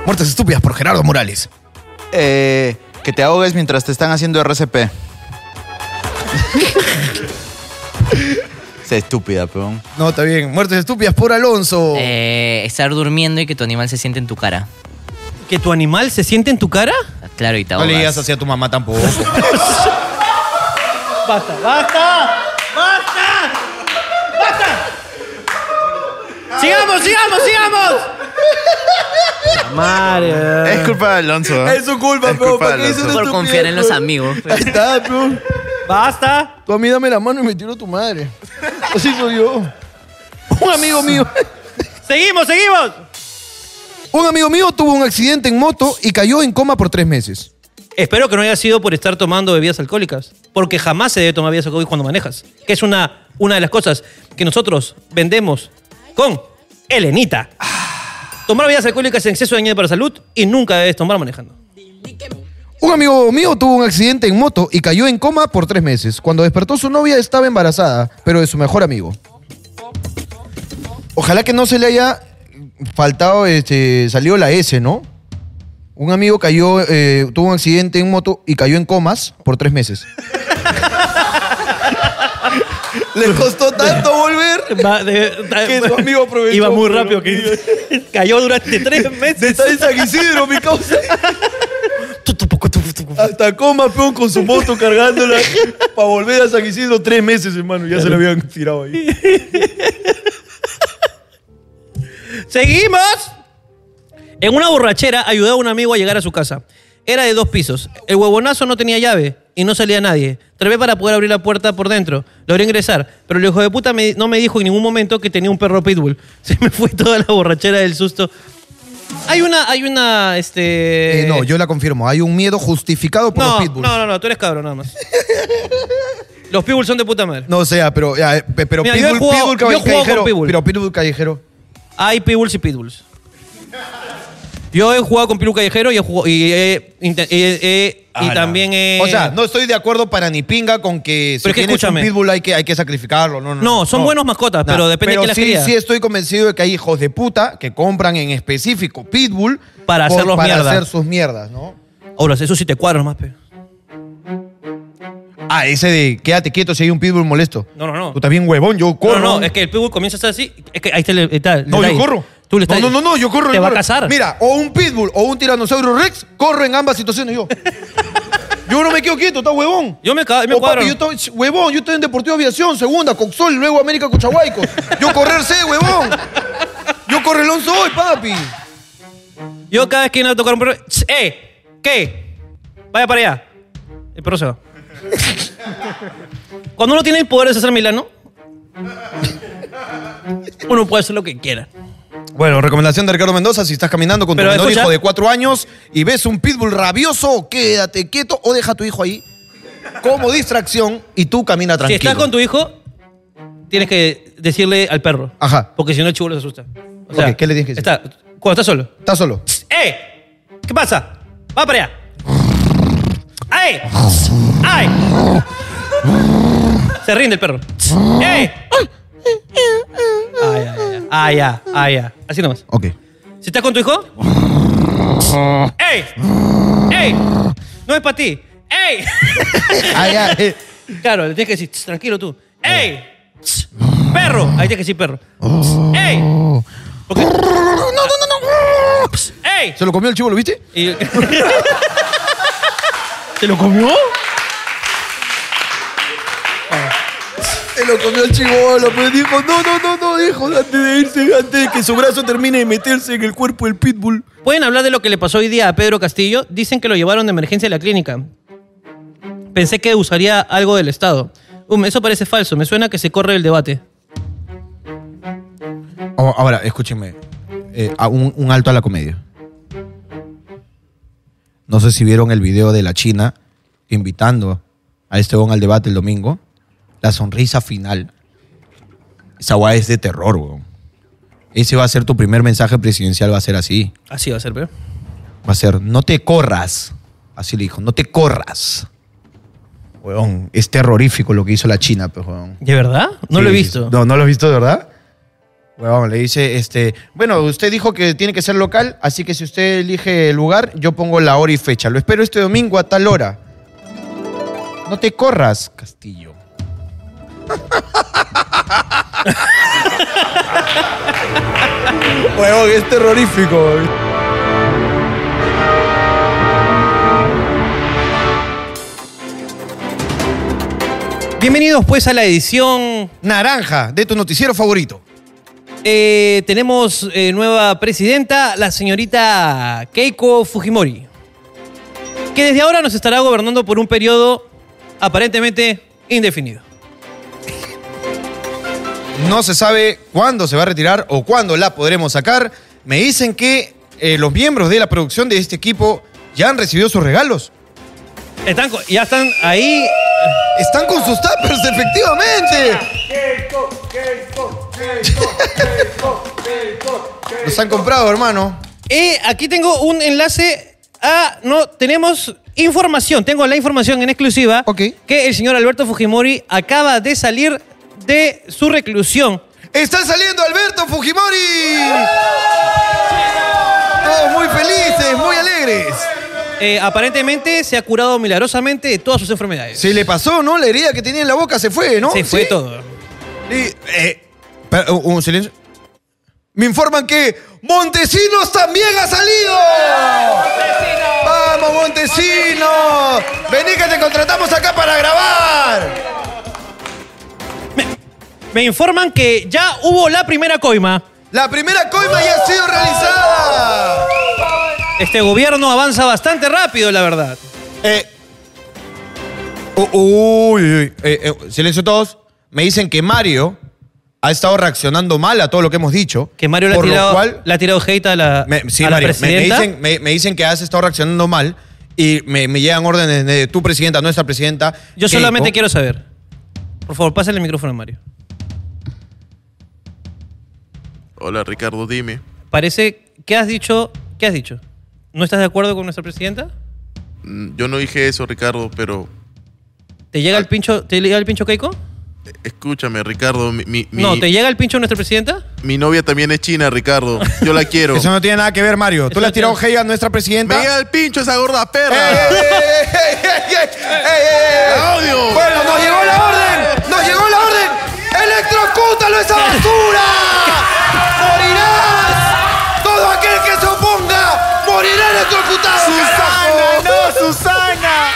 Speaker 1: Muertes estúpidas por Gerardo Morales.
Speaker 8: Eh, que te ahogues mientras te están haciendo RCP. Sea estúpida, peón.
Speaker 1: No, está bien. Muertes estúpidas por Alonso.
Speaker 4: Eh, estar durmiendo y que tu animal se siente en tu cara.
Speaker 2: ¿Que tu animal se siente en tu cara?
Speaker 4: Claro, y te
Speaker 1: no le digas
Speaker 4: ahogas.
Speaker 1: así a tu mamá tampoco.
Speaker 2: ¡Basta, basta! ¡Basta! ¡Basta! ¡Sigamos, sigamos, sigamos! Mario.
Speaker 8: Es culpa de Alonso. ¿eh?
Speaker 6: Es su culpa,
Speaker 8: Es
Speaker 6: pero
Speaker 8: culpa
Speaker 6: ¿para
Speaker 8: de
Speaker 6: qué hizo
Speaker 8: Alonso.
Speaker 4: Por confiar en los amigos. pues.
Speaker 6: Ahí está, peón.
Speaker 2: ¡Basta!
Speaker 6: Tú a mí dame la mano y me tiro tu madre. Así soy yo. Un amigo mío.
Speaker 2: ¡Seguimos, seguimos!
Speaker 6: Un amigo mío tuvo un accidente en moto y cayó en coma por tres meses.
Speaker 2: Espero que no haya sido por estar tomando bebidas alcohólicas, porque jamás se debe tomar bebidas alcohólicas cuando manejas, que es una, una de las cosas que nosotros vendemos con Elenita. Tomar bebidas alcohólicas en exceso de daño para la salud y nunca debes tomar manejando.
Speaker 6: Un amigo mío tuvo un accidente en moto y cayó en coma por tres meses. Cuando despertó su novia estaba embarazada, pero de su mejor amigo. Ojalá que no se le haya faltado, este, salió la S, ¿no? Un amigo cayó, eh, tuvo un accidente en moto y cayó en comas por tres meses. Le costó tanto volver. Que su amigo aprovechó,
Speaker 2: Iba muy
Speaker 6: pero-
Speaker 2: rápido, que cayó durante tres meses.
Speaker 6: Está en San Isidro, mi causa. Hasta coma, peón, con su moto cargándola para volver a San Isidro tres meses, hermano. Ya se la habían tirado ahí.
Speaker 2: ¡Seguimos! En una borrachera ayudó a un amigo a llegar a su casa. Era de dos pisos. El huevonazo no tenía llave y no salía nadie. Trepé para poder abrir la puerta por dentro. Logré ingresar, pero el hijo de puta me- no me dijo en ningún momento que tenía un perro pitbull. Se me fue toda la borrachera del susto. Hay una, hay una, este...
Speaker 1: Eh, no, yo la confirmo. Hay un miedo justificado por
Speaker 2: no,
Speaker 1: los pitbulls.
Speaker 2: no, no, no, tú eres cabrón nada más. Los pitbulls son de puta madre.
Speaker 1: No, o sea, pero, ya, eh, pe- pero
Speaker 2: Mira, yo he
Speaker 1: pitbull,
Speaker 2: jugado-
Speaker 1: pitbull
Speaker 2: yo he jugado con
Speaker 1: callejero.
Speaker 2: pitbull.
Speaker 1: Pero pitbull callejero.
Speaker 2: Hay pitbulls y pitbulls. Yo he jugado con Piru Callejero y, he jugado- y, he- inte- y he- he- y también he...
Speaker 1: O sea, no estoy de acuerdo para ni pinga con que si
Speaker 2: eh, Pero es que
Speaker 1: tienes
Speaker 2: escúchame.
Speaker 1: un pitbull hay que, hay que sacrificarlo. No, no,
Speaker 2: No, son buenos mascotas, pero depende de quién las
Speaker 1: sí,
Speaker 2: cría.
Speaker 1: sí estoy convencido de que hay hijos de puta que compran en específico pitbull
Speaker 2: Para hacerlos
Speaker 1: para
Speaker 2: mierda.
Speaker 1: hacer sus mierdas, ¿no?
Speaker 2: Ahora, eso sí te cuadra más, pe.
Speaker 1: Ah, ese de quédate quieto si hay un pitbull molesto.
Speaker 2: No, no, no.
Speaker 1: Tú estás bien huevón, yo corro.
Speaker 2: No, no, es que el pitbull comienza a estar así. Es que ahí está el está el
Speaker 1: No, yo
Speaker 2: detalle.
Speaker 1: corro.
Speaker 2: Tú le estás-
Speaker 1: no, no, no, no, yo corro.
Speaker 2: Te
Speaker 1: yo
Speaker 2: va a
Speaker 1: corro.
Speaker 2: cazar.
Speaker 1: Mira, o un pitbull o un tiranosaurio rex, corro en ambas situaciones yo. yo no me quedo quieto, está huevón.
Speaker 2: Yo me, ca- me
Speaker 1: Oh,
Speaker 2: cuadro.
Speaker 1: papi, yo estoy, ch- huevón, yo estoy en Deportivo Aviación, segunda, Coxol, luego América Cuchahuayco. Yo correr sé, huevón. Yo correr el onzo hoy, papi.
Speaker 2: Yo cada vez que viene a tocar un perro. Ch, ¡Eh! ¿Qué? Vaya para allá. El perro se va. Cuando uno tiene el poder de César Milano, uno puede hacer lo que quiera.
Speaker 1: Bueno, recomendación de Ricardo Mendoza, si estás caminando con tu
Speaker 2: Pero,
Speaker 1: menor
Speaker 2: escucha.
Speaker 1: hijo de cuatro años y ves un pitbull rabioso, quédate quieto o deja a tu hijo ahí como distracción y tú camina
Speaker 2: Si
Speaker 1: tranquilo.
Speaker 2: estás con tu hijo, tienes que decirle al perro.
Speaker 1: Ajá.
Speaker 2: Porque si no, el chivo se asusta. O
Speaker 1: Ok, ¿qué le tienes que decir?
Speaker 2: Está, cuando estás solo.
Speaker 1: ¿Estás solo?
Speaker 2: ¡Eh!
Speaker 7: ¡Ey! ¿Qué pasa? ¡Va para allá! ¡Ay! ¡Ay! Se rinde el perro. ¡Ey! Ay, ay, ay. Ay, ya, ay, ya. Así nomás.
Speaker 1: Ok.
Speaker 7: Si estás con tu hijo. ¡Ey! ¡Ey! No es para ti. ¡Ey!
Speaker 1: Ah, ya. eh.
Speaker 7: Claro, le tienes que decir, "Tss, tranquilo tú. ¡Ey! Tss, ¡Perro! Ahí tienes que decir perro. Tss, ¡Ey! Porque- Tss, ¡Ey!
Speaker 1: ¿Se lo comió el chivo, lo viste?
Speaker 7: Y-
Speaker 2: ¿Te lo comió?
Speaker 1: Se lo comió el chivolo, pero dijo, no, no, no, no, dijo, antes de irse, antes de que su brazo termine de meterse en el cuerpo del pitbull.
Speaker 2: Pueden hablar de lo que le pasó hoy día a Pedro Castillo. Dicen que lo llevaron de emergencia a la clínica. Pensé que usaría algo del Estado. Um, eso parece falso. Me suena que se corre el debate.
Speaker 1: Ah, Ahora, escúchenme. eh, a un, un alto a la comedia. No sé si vieron el video de la China invitando a Esteban al debate el domingo. La sonrisa final. Esa guay es de terror, weón. Ese va a ser tu primer mensaje presidencial, va a ser así.
Speaker 2: Así va a ser, pero.
Speaker 1: Va a ser, no te corras. Así le dijo, no te corras. Weón, es terrorífico lo que hizo la China, pues, weón.
Speaker 2: ¿De verdad? No lo he
Speaker 1: Sí,
Speaker 2: visto.
Speaker 1: No, no lo he visto, de verdad. Huevón, le dice, este, bueno, usted dijo que tiene que ser local, así que si usted elige el lugar, yo pongo la hora y fecha. Lo espero este domingo a tal hora. No te corras, Castillo. Huevón, es terrorífico.
Speaker 2: Bienvenidos pues a la edición.
Speaker 1: Naranja, de tu noticiero favorito.
Speaker 2: Eh, tenemos eh, nueva presidenta, la señorita Keiko Fujimori. Que desde ahora nos estará gobernando por un periodo aparentemente indefinido.
Speaker 1: No se sabe cuándo se va a retirar o cuándo la podremos sacar. Me dicen que eh, los miembros de la producción de este equipo ya han recibido sus regalos.
Speaker 2: Están, co- ya están ahí.
Speaker 1: Están con sus tuppers, efectivamente. Los han comprado, hermano.
Speaker 2: Eh, aquí tengo un enlace a. No, tenemos información. Tengo la información en exclusiva.
Speaker 1: Ok.
Speaker 2: Que el señor Alberto Fujimori acaba de salir de su reclusión.
Speaker 1: ¡Está saliendo Alberto Fujimori! Todos muy felices, muy alegres.
Speaker 2: Eh, aparentemente se ha curado milagrosamente de todas sus enfermedades.
Speaker 1: Se le pasó, ¿no? La herida que tenía en la boca se fue, ¿no?
Speaker 2: Se fue
Speaker 1: ¿Sí?
Speaker 2: todo.
Speaker 1: Y, eh, pero, un un silencio. Me informan que Montesinos también ha salido. ¡Vamos, Montesinos! Vení que te contratamos acá para grabar.
Speaker 2: Me informan que ya hubo la primera coima.
Speaker 1: La primera coima ya ha sido realizada.
Speaker 2: Uh. Este gobierno avanza bastante rápido, la verdad.
Speaker 1: Eh. u- Uy, uy, eh, eh, silencio todos. Me dicen que Mario ha estado reaccionando mal a todo lo que hemos dicho.
Speaker 2: Que Mario le ha
Speaker 1: por lo
Speaker 2: tirado,
Speaker 1: cual-
Speaker 2: le ha tirado hate a la,
Speaker 1: Me, sí,
Speaker 2: a la
Speaker 1: Mario, me- me,
Speaker 2: presidenta.
Speaker 1: dicen, me- me dicen que has estado reaccionando mal y me, me llegan órdenes de tu presidenta, nuestra presidenta.
Speaker 2: Yo
Speaker 1: Keiko.
Speaker 2: solamente quiero saber. Por favor, pásale el micrófono a Mario.
Speaker 9: Hola Ricardo, dime.
Speaker 2: Parece. ¿Qué has dicho? ¿Qué has dicho? ¿No estás de acuerdo con nuestra presidenta?
Speaker 9: Mm, Yo no dije eso, Ricardo, pero
Speaker 2: ¿Te llega el
Speaker 1: Ah.
Speaker 2: pincho, te llega el pincho Keiko?
Speaker 9: eh, escúchame, Ricardo. Mi, mi- mi-
Speaker 2: No, ¿te llega el pincho nuestra presidenta?
Speaker 9: mi novia también es china, Ricardo. Yo la quiero.
Speaker 1: Eso no tiene nada que ver, Mario. Tú
Speaker 2: Eso
Speaker 1: le has
Speaker 2: no tiene-
Speaker 1: tirado hate a nuestra presidenta.
Speaker 9: ¡Me llega el pincho esa gorda perra!
Speaker 1: ¡Ey, ey, ey, ey, ey, ey, ey, ey!
Speaker 9: ¡La odio!
Speaker 1: Bueno, nos llegó la orden. Nos llegó la orden. Electrocútalo esa basura. Morirás. Todo aquel que se oponga morirá electrocutado. carajo!
Speaker 9: ¡No, Susana!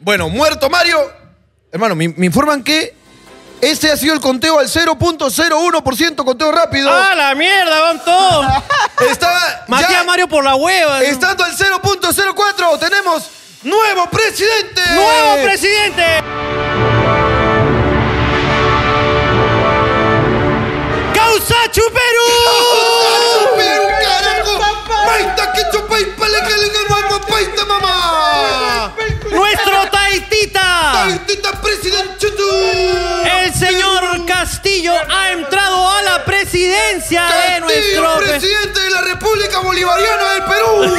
Speaker 1: Bueno, muerto Mario. Hermano, me, me informan que este ha sido el conteo al 0.01%, conteo rápido.
Speaker 2: ¡Ah, la mierda! ¡Van todos!
Speaker 1: Estaba
Speaker 2: Maté
Speaker 1: ya
Speaker 2: a Mario por la hueva.
Speaker 1: estando al 0.04, tenemos nuevo presidente. ¡Eh!
Speaker 2: ¡Nuevo presidente! ¡Causa Chuperú!
Speaker 1: Pero, carajo, paita, que chupa y pale, que le ganó algo a paita, mamá.
Speaker 2: ¡Nuestro Taitita!
Speaker 1: Paita, presidente.
Speaker 2: El señor Castillo ha entrado a la presidencia de nuestro pe-
Speaker 1: presidente de la República Bolivariana del Perú!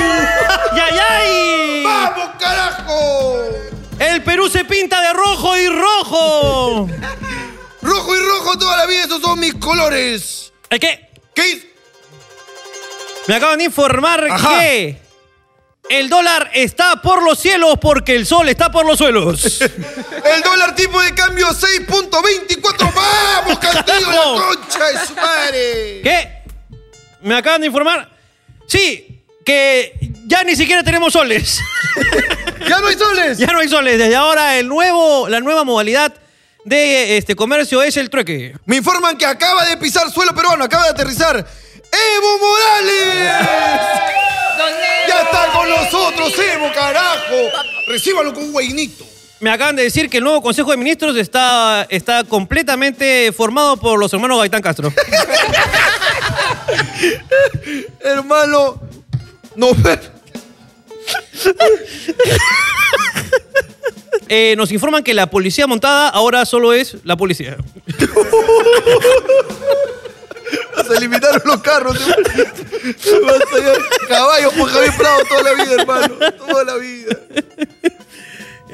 Speaker 2: ¡Yayay!
Speaker 1: ¡Vamos, carajo!
Speaker 2: El Perú se pinta de rojo y rojo.
Speaker 1: Rojo y rojo toda la vida, esos son mis colores.
Speaker 2: ¿El qué?
Speaker 1: ¿Qué hice?
Speaker 2: Me acaban de informar
Speaker 1: Ajá.
Speaker 2: que el dólar está por los cielos porque el sol está por los suelos.
Speaker 1: El dólar tipo de cambio 6.24. ¡Vamos, Castillo,
Speaker 2: Carajo.
Speaker 1: la concha de su madre!
Speaker 2: ¿Qué? Me acaban de informar. Sí, que ya ni siquiera tenemos soles.
Speaker 1: ¡Ya no hay soles!
Speaker 2: ya no hay soles. Desde ahora el nuevo, la nueva modalidad de este comercio es el trueque.
Speaker 1: Me informan que acaba de pisar suelo peruano, acaba de aterrizar. ¡Evo Morales! ¡Ya está con nosotros, Evo, carajo! Recíbalo con un guainito.
Speaker 2: Me acaban de decir que el nuevo Consejo de Ministros está, está completamente formado por los hermanos Gaitán Castro.
Speaker 1: Hermano, no
Speaker 2: Eh, nos informan que la policía montada ahora solo es la policía.
Speaker 1: se limitaron los carros. Vas a ir caballo por Javier Prado toda la vida, hermano. Toda la vida.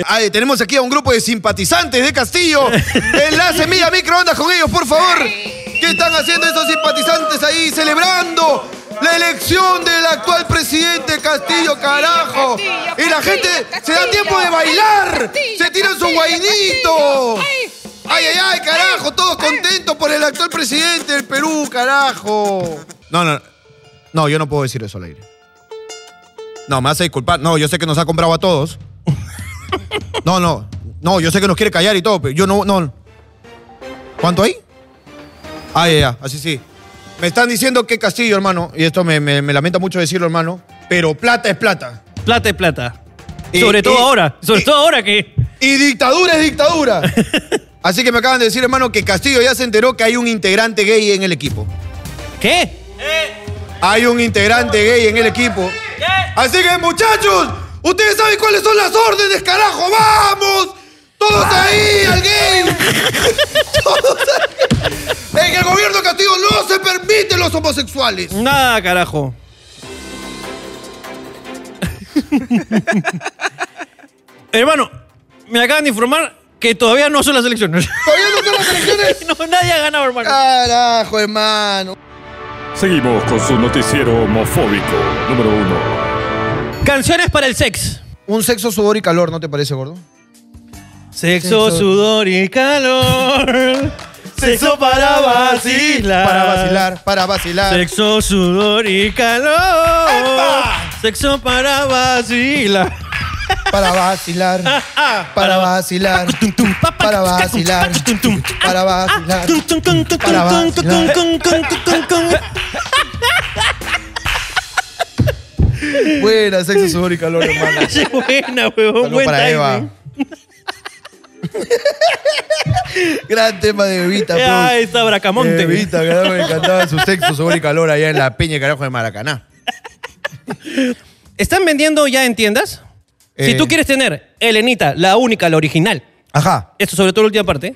Speaker 1: Ay, tenemos aquí a un grupo de simpatizantes de Castillo. Enlace mía microondas con ellos, por favor. ¿Qué están haciendo esos simpatizantes ahí celebrando la elección del actual presidente Castillo, carajo? Y la gente se da tiempo de bailar. Se tiran su guainito. Ay, ay, ay, carajo, todos contentos por el actual presidente del Perú, carajo. No, no, no, yo no puedo decir eso al aire. No, me hace disculpar. No, yo sé que nos ha comprado a todos. No, no, no, yo sé que nos quiere callar y todo, pero yo no, no. ¿Cuánto hay? Ah, ya, ya, así sí. Me están diciendo que Castillo, hermano, y esto me, me- me lamenta mucho decirlo, hermano, pero plata es plata.
Speaker 2: Plata es plata.
Speaker 1: Y-
Speaker 2: sobre todo
Speaker 1: y-
Speaker 2: ahora. Sobre
Speaker 1: y-
Speaker 2: todo ahora que.
Speaker 1: Y dictadura es dictadura. Así que me acaban de decir, hermano, que Castillo ya se enteró que hay un integrante gay en el equipo.
Speaker 2: ¿Qué?
Speaker 1: Hay un integrante gay en el equipo. Así que, muchachos, ustedes saben cuáles son las órdenes, carajo. ¡Vamos! ¡Todos ahí, al gay! ¡Todos ahí! En el gobierno de Castillo no se permiten los homosexuales.
Speaker 2: Nada, carajo. Hermano, me acaban de informar que todavía no son las elecciones.
Speaker 1: ¿Todavía no son las elecciones?
Speaker 2: no, nadie ha ganado, hermano.
Speaker 1: Carajo, hermano.
Speaker 10: Seguimos con su noticiero homofóbico número uno.
Speaker 2: Canciones para el sex.
Speaker 1: Un sexo, sudor y calor, ¿no te parece, gordo?
Speaker 2: Sexo, sudor y calor. Sexo para vacilar.
Speaker 1: Para vacilar, para vacilar.
Speaker 2: Sexo, sudor y calor. Sexo para vacilar.
Speaker 1: Para vacilar.
Speaker 2: ah.
Speaker 1: Para vacilar. Para vacilar. Para
Speaker 2: Ah,
Speaker 1: vacilar. Para Buena, sexo, sudor y calor, hermano.
Speaker 2: Sí, Buena, weón.
Speaker 1: Saludos
Speaker 2: Buen
Speaker 1: para Eva.
Speaker 2: timing.
Speaker 1: Gran tema de Evita,
Speaker 2: Ah,
Speaker 1: bro.
Speaker 2: está
Speaker 8: Eh,
Speaker 2: Bracamonte.
Speaker 1: eh, Evita, carajo, me encantaba su sexo, sudor y calor allá en la peña, carajo, de Maracaná.
Speaker 2: ¿Están vendiendo ya en tiendas?
Speaker 1: Eh.
Speaker 2: Si tú quieres tener Elenita, la única, la original,
Speaker 1: Ajá.
Speaker 2: esto sobre todo la última parte,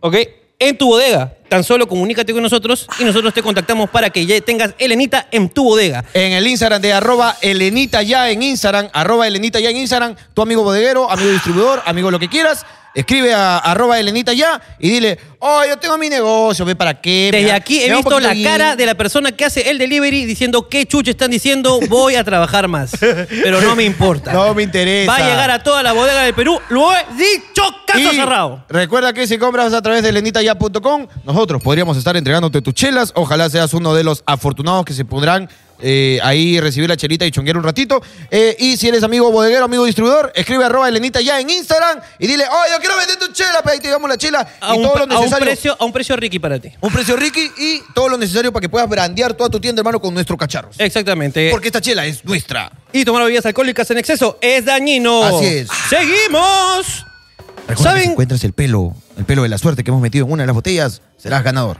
Speaker 2: ¿ok? En tu bodega, tan solo comunícate con nosotros y nosotros te contactamos para que ya tengas Elenita en tu bodega.
Speaker 1: En el Instagram de arroba Elenita ya en Instagram, arroba Elenita ya en Instagram, tu amigo bodeguero, amigo distribuidor, amigo lo que quieras, escribe a arroba Elenita ya y dile, oh, yo tengo mi negocio, ve para qué. me
Speaker 2: Desde
Speaker 1: da-
Speaker 2: aquí
Speaker 1: me
Speaker 2: he
Speaker 1: da un
Speaker 2: visto la
Speaker 1: poquito
Speaker 2: cara
Speaker 1: bien".
Speaker 2: de la persona que hace el delivery diciendo qué chucho están diciendo, voy a trabajar más. Pero no me importa.
Speaker 1: No me interesa.
Speaker 2: Va a llegar a toda la bodega de Perú. Lo he dicho, caso
Speaker 1: Y
Speaker 2: cerrado.
Speaker 1: Recuerda que si compras a través de lenitaya.com, nosotros podríamos estar entregándote tus chelas. Ojalá seas uno de los afortunados que se podrán eh, ahí recibir la chelita y chonguear un ratito. Eh, y si eres amigo bodeguero, amigo distribuidor, escribe arroba Elenita ya en Instagram y dile, oh, yo quiero vender tu chela, pero ahí te damos la chela
Speaker 2: A
Speaker 1: y
Speaker 2: un,
Speaker 1: todo lo
Speaker 2: a un
Speaker 1: necesario.
Speaker 2: precio, a un precio Ricky para ti.
Speaker 1: Un precio Ricky y todo lo necesario para que puedas brandear toda tu tienda, hermano, con nuestros cacharros.
Speaker 2: Eh, Exactamente.
Speaker 1: Porque esta chela es nuestra.
Speaker 2: y tomar bebidas alcohólicas en exceso es dañino.
Speaker 1: Así es.
Speaker 2: Seguimos.
Speaker 1: Recuerda que si
Speaker 2: ¿Saben,
Speaker 1: encuentras el pelo, el pelo de la suerte que hemos metido en una de las botellas, serás ganador.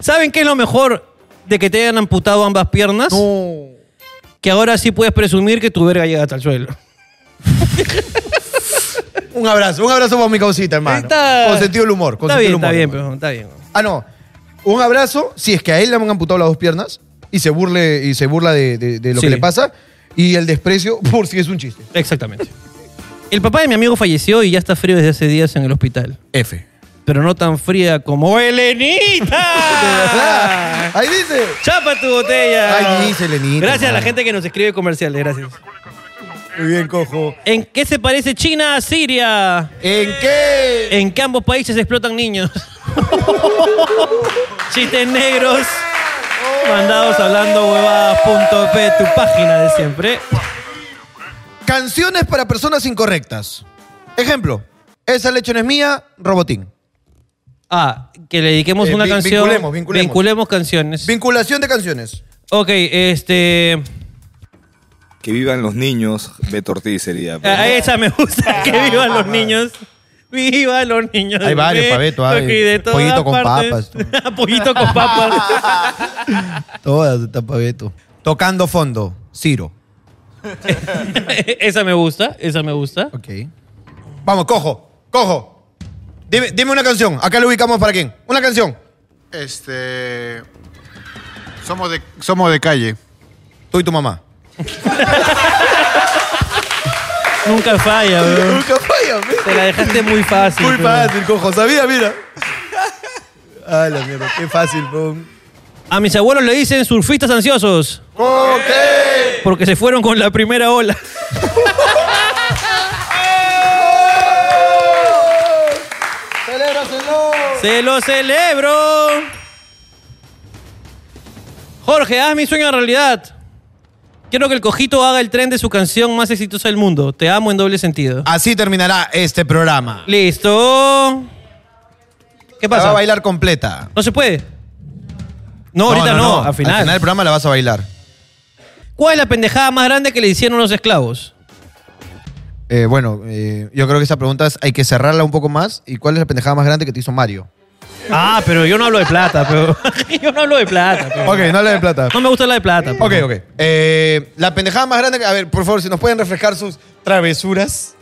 Speaker 2: ¿Saben qué es lo mejor de que te hayan amputado ambas piernas?
Speaker 1: No.
Speaker 2: Que ahora sí puedes presumir que tu verga llega hasta el suelo.
Speaker 1: Un abrazo, un abrazo para mi causita, hermano.
Speaker 2: Está-
Speaker 1: Con sentido del humor. Con
Speaker 2: está bien,
Speaker 1: sentido del
Speaker 2: está
Speaker 1: humor,
Speaker 2: bien,
Speaker 1: hermano.
Speaker 2: pero está bien.
Speaker 1: Ah, no. un abrazo, si es que a él le han amputado las dos piernas y se, burle, y se burla de, de- de lo
Speaker 2: Sí.
Speaker 1: que le pasa, y el desprecio por si es un chiste.
Speaker 2: Exactamente. El papá de mi amigo falleció y ya está frío desde hace días en el hospital.
Speaker 1: F.
Speaker 2: Pero no tan fría como Elenita.
Speaker 1: Ah, Ahí dice.
Speaker 2: Chapa tu botella.
Speaker 1: Ahí dice, Lenita.
Speaker 2: Gracias a la
Speaker 1: mano.
Speaker 2: gente que nos escribe comerciales, gracias.
Speaker 1: Muy bien, cojo.
Speaker 2: ¿En qué se parece China a Siria?
Speaker 1: ¿En qué?
Speaker 2: En que ambos países explotan niños. Chistes negros. Mandados hablando huevadas.p, tu página de siempre.
Speaker 1: Canciones para personas incorrectas. Ejemplo, esa leche no es mía, Robotín.
Speaker 2: Ah, que le dediquemos
Speaker 1: Eh,
Speaker 2: una
Speaker 1: vi-
Speaker 2: canción.
Speaker 1: vinculemos, vinculemos.
Speaker 2: canciones.
Speaker 1: Vinculación de canciones.
Speaker 2: ok, este.
Speaker 8: Que vivan los niños, Beto Ortiz sería. pues.
Speaker 2: A esa me gusta, que vivan los niños. ¡Viva los niños!
Speaker 1: Ah, Hay varios, Pabeto, hay
Speaker 2: Ok, de todas
Speaker 1: pollito con
Speaker 2: partes. pollito con papas.
Speaker 1: Todas de tapabeto. Tocando fondo, Ciro.
Speaker 2: esa me gusta, esa me gusta.
Speaker 1: Ok. Vamos, cojo, cojo. Dime, dime una canción. Acá lo ubicamos para quién. Una canción.
Speaker 11: Este. Somos de, somos de calle.
Speaker 1: Tú y tu mamá.
Speaker 2: Nunca falla, bro.
Speaker 1: Nunca falla,
Speaker 2: Te la dejaste muy fácil.
Speaker 1: Muy
Speaker 2: bro.
Speaker 1: fácil, cojo. Sabía, mira. Ay, la mierda, qué fácil, bro.
Speaker 2: A mis abuelos le dicen surfistas ansiosos.
Speaker 1: Ok.
Speaker 2: Porque se fueron con la primera ola.
Speaker 1: ¡Celébraselo!
Speaker 2: ¡Se lo celebro! Jorge, haz mi sueño en realidad. Quiero que el cojito haga el tren de su canción más exitosa del mundo. Te amo en doble sentido.
Speaker 1: Así terminará este programa.
Speaker 2: Listo. ¿Qué
Speaker 1: La va a
Speaker 2: pasa?
Speaker 1: bailar completa.
Speaker 2: ¿No se puede? No, ahorita no, al final.
Speaker 1: Al final del programa la vas a bailar.
Speaker 2: ¿Cuál es la pendejada más grande que le hicieron unos esclavos?
Speaker 1: Eh, bueno, eh, yo creo que esa pregunta es- hay que cerrarla un poco más. ¿Y cuál es la pendejada más grande que te hizo Mario?
Speaker 2: Ah, pero yo no hablo de plata, pero. yo no hablo de plata. pero-
Speaker 1: Ok, no la de plata.
Speaker 2: No me gusta la de plata. pero-
Speaker 1: Ok, ok. Eh, la pendejada más grande. que- A ver, por favor, si nos pueden refrescar sus travesuras.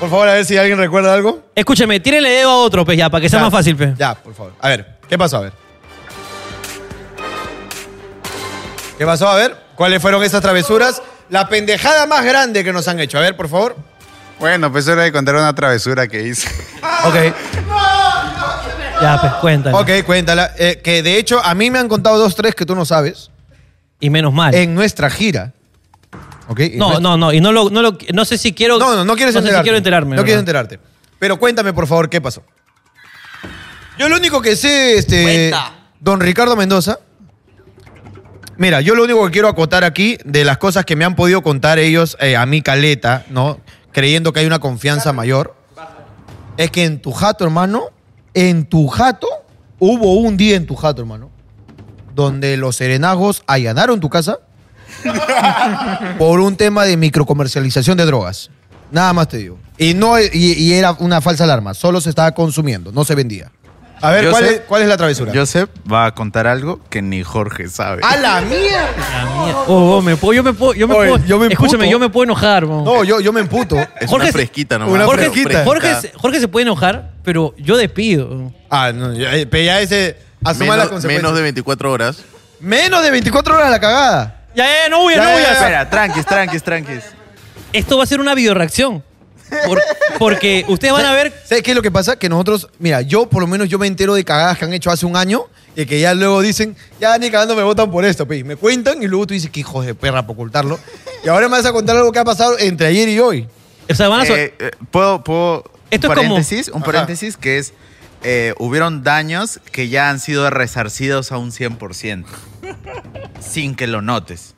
Speaker 1: Por favor, a ver si alguien recuerda algo.
Speaker 2: Escúchame, tírenle dedo a otro, pues ya, para que sea
Speaker 1: Ya.
Speaker 2: más fácil, pues.
Speaker 1: Ya, por favor. A ver, ¿qué pasó? A ver. ¿Qué pasó? A ver, ¿cuáles fueron esas travesuras? La pendejada más grande que nos han hecho. A ver, por favor.
Speaker 11: Bueno, pues era de contar una travesura que hice.
Speaker 1: Ok.
Speaker 2: Ya, pues, cuéntale.
Speaker 1: Ok, cuéntala. Eh, que de hecho, a mí me han contado dos, tres que tú no sabes.
Speaker 2: Y menos mal.
Speaker 1: En nuestra gira. Ok. en
Speaker 2: No,
Speaker 1: nuestra-
Speaker 2: no, no. Y no lo, no lo- no sé si quiero.
Speaker 1: No, no, no quieres
Speaker 2: no sé
Speaker 1: enterarte.
Speaker 2: si quiero enterarme.
Speaker 1: No quieres
Speaker 2: ¿verdad?
Speaker 1: enterarte. Pero cuéntame, por favor, qué pasó. Yo lo único que sé, este. Don Ricardo Mendoza. Mira, yo lo único que quiero acotar aquí de las cosas que me han podido contar ellos eh, a mi caleta, ¿no? Creyendo que hay una confianza mayor. Es que en tu jato, hermano, en tu jato, hubo un día en tu jato, hermano, donde los serenagos allanaron tu casa por un tema de microcomercialización de drogas. Nada más te digo. Y, no, y, y era una falsa alarma, solo se estaba consumiendo, no se vendía. A ver,
Speaker 11: Yo
Speaker 1: ¿cuál
Speaker 11: sé-
Speaker 1: es, cuál es la travesura?
Speaker 11: Joseph va a contar algo que ni Jorge sabe.
Speaker 1: ¡A la mierda!
Speaker 2: La mierda. Oh, oh, me puedo, yo me puedo, yo me
Speaker 1: Oye,
Speaker 2: puedo.
Speaker 1: yo me emputo.
Speaker 2: escúchame, yo me puedo enojar, mo.
Speaker 1: No, yo, yo me emputo.
Speaker 9: Es
Speaker 2: Jorge
Speaker 9: una
Speaker 2: se-
Speaker 9: fresquita nomás.
Speaker 1: Una
Speaker 2: Jorge,
Speaker 1: fresquita.
Speaker 2: Jorge se- Jorge se puede enojar, pero yo despido.
Speaker 1: Ah, no, ya, eh, pero ya ese asuma las
Speaker 9: Menos,
Speaker 1: consecuencias.
Speaker 9: menos de 24 horas.
Speaker 1: Menos de 24 horas la cagada.
Speaker 2: Ya, ya, no huyas,
Speaker 1: Ya,
Speaker 2: no
Speaker 1: ya,
Speaker 2: huyas.
Speaker 11: Espera, tranquis, tranquis, tranquis.
Speaker 2: Esto va a ser una videoreacción. Por- porque ustedes van a ver.
Speaker 1: ¿Sabes qué es lo que pasa? Que nosotros, mira, yo por lo menos yo me entero de cagadas que han hecho hace un año y que ya luego dicen, ya ni cagando me votan por esto, pe. Y Me cuentan y luego tú dices, qué hijos de perra por ocultarlo. Y ahora me vas a contar algo que ha pasado entre ayer y hoy.
Speaker 2: O sea, van a. Ah, so-
Speaker 11: Eh, eh, ¿Puedo, puedo
Speaker 2: Esto
Speaker 11: un
Speaker 2: es como-
Speaker 11: paréntesis? Un
Speaker 1: Ajá.
Speaker 11: paréntesis que es, eh, hubieron daños que ya han sido resarcidos a un 100%, sin que lo notes.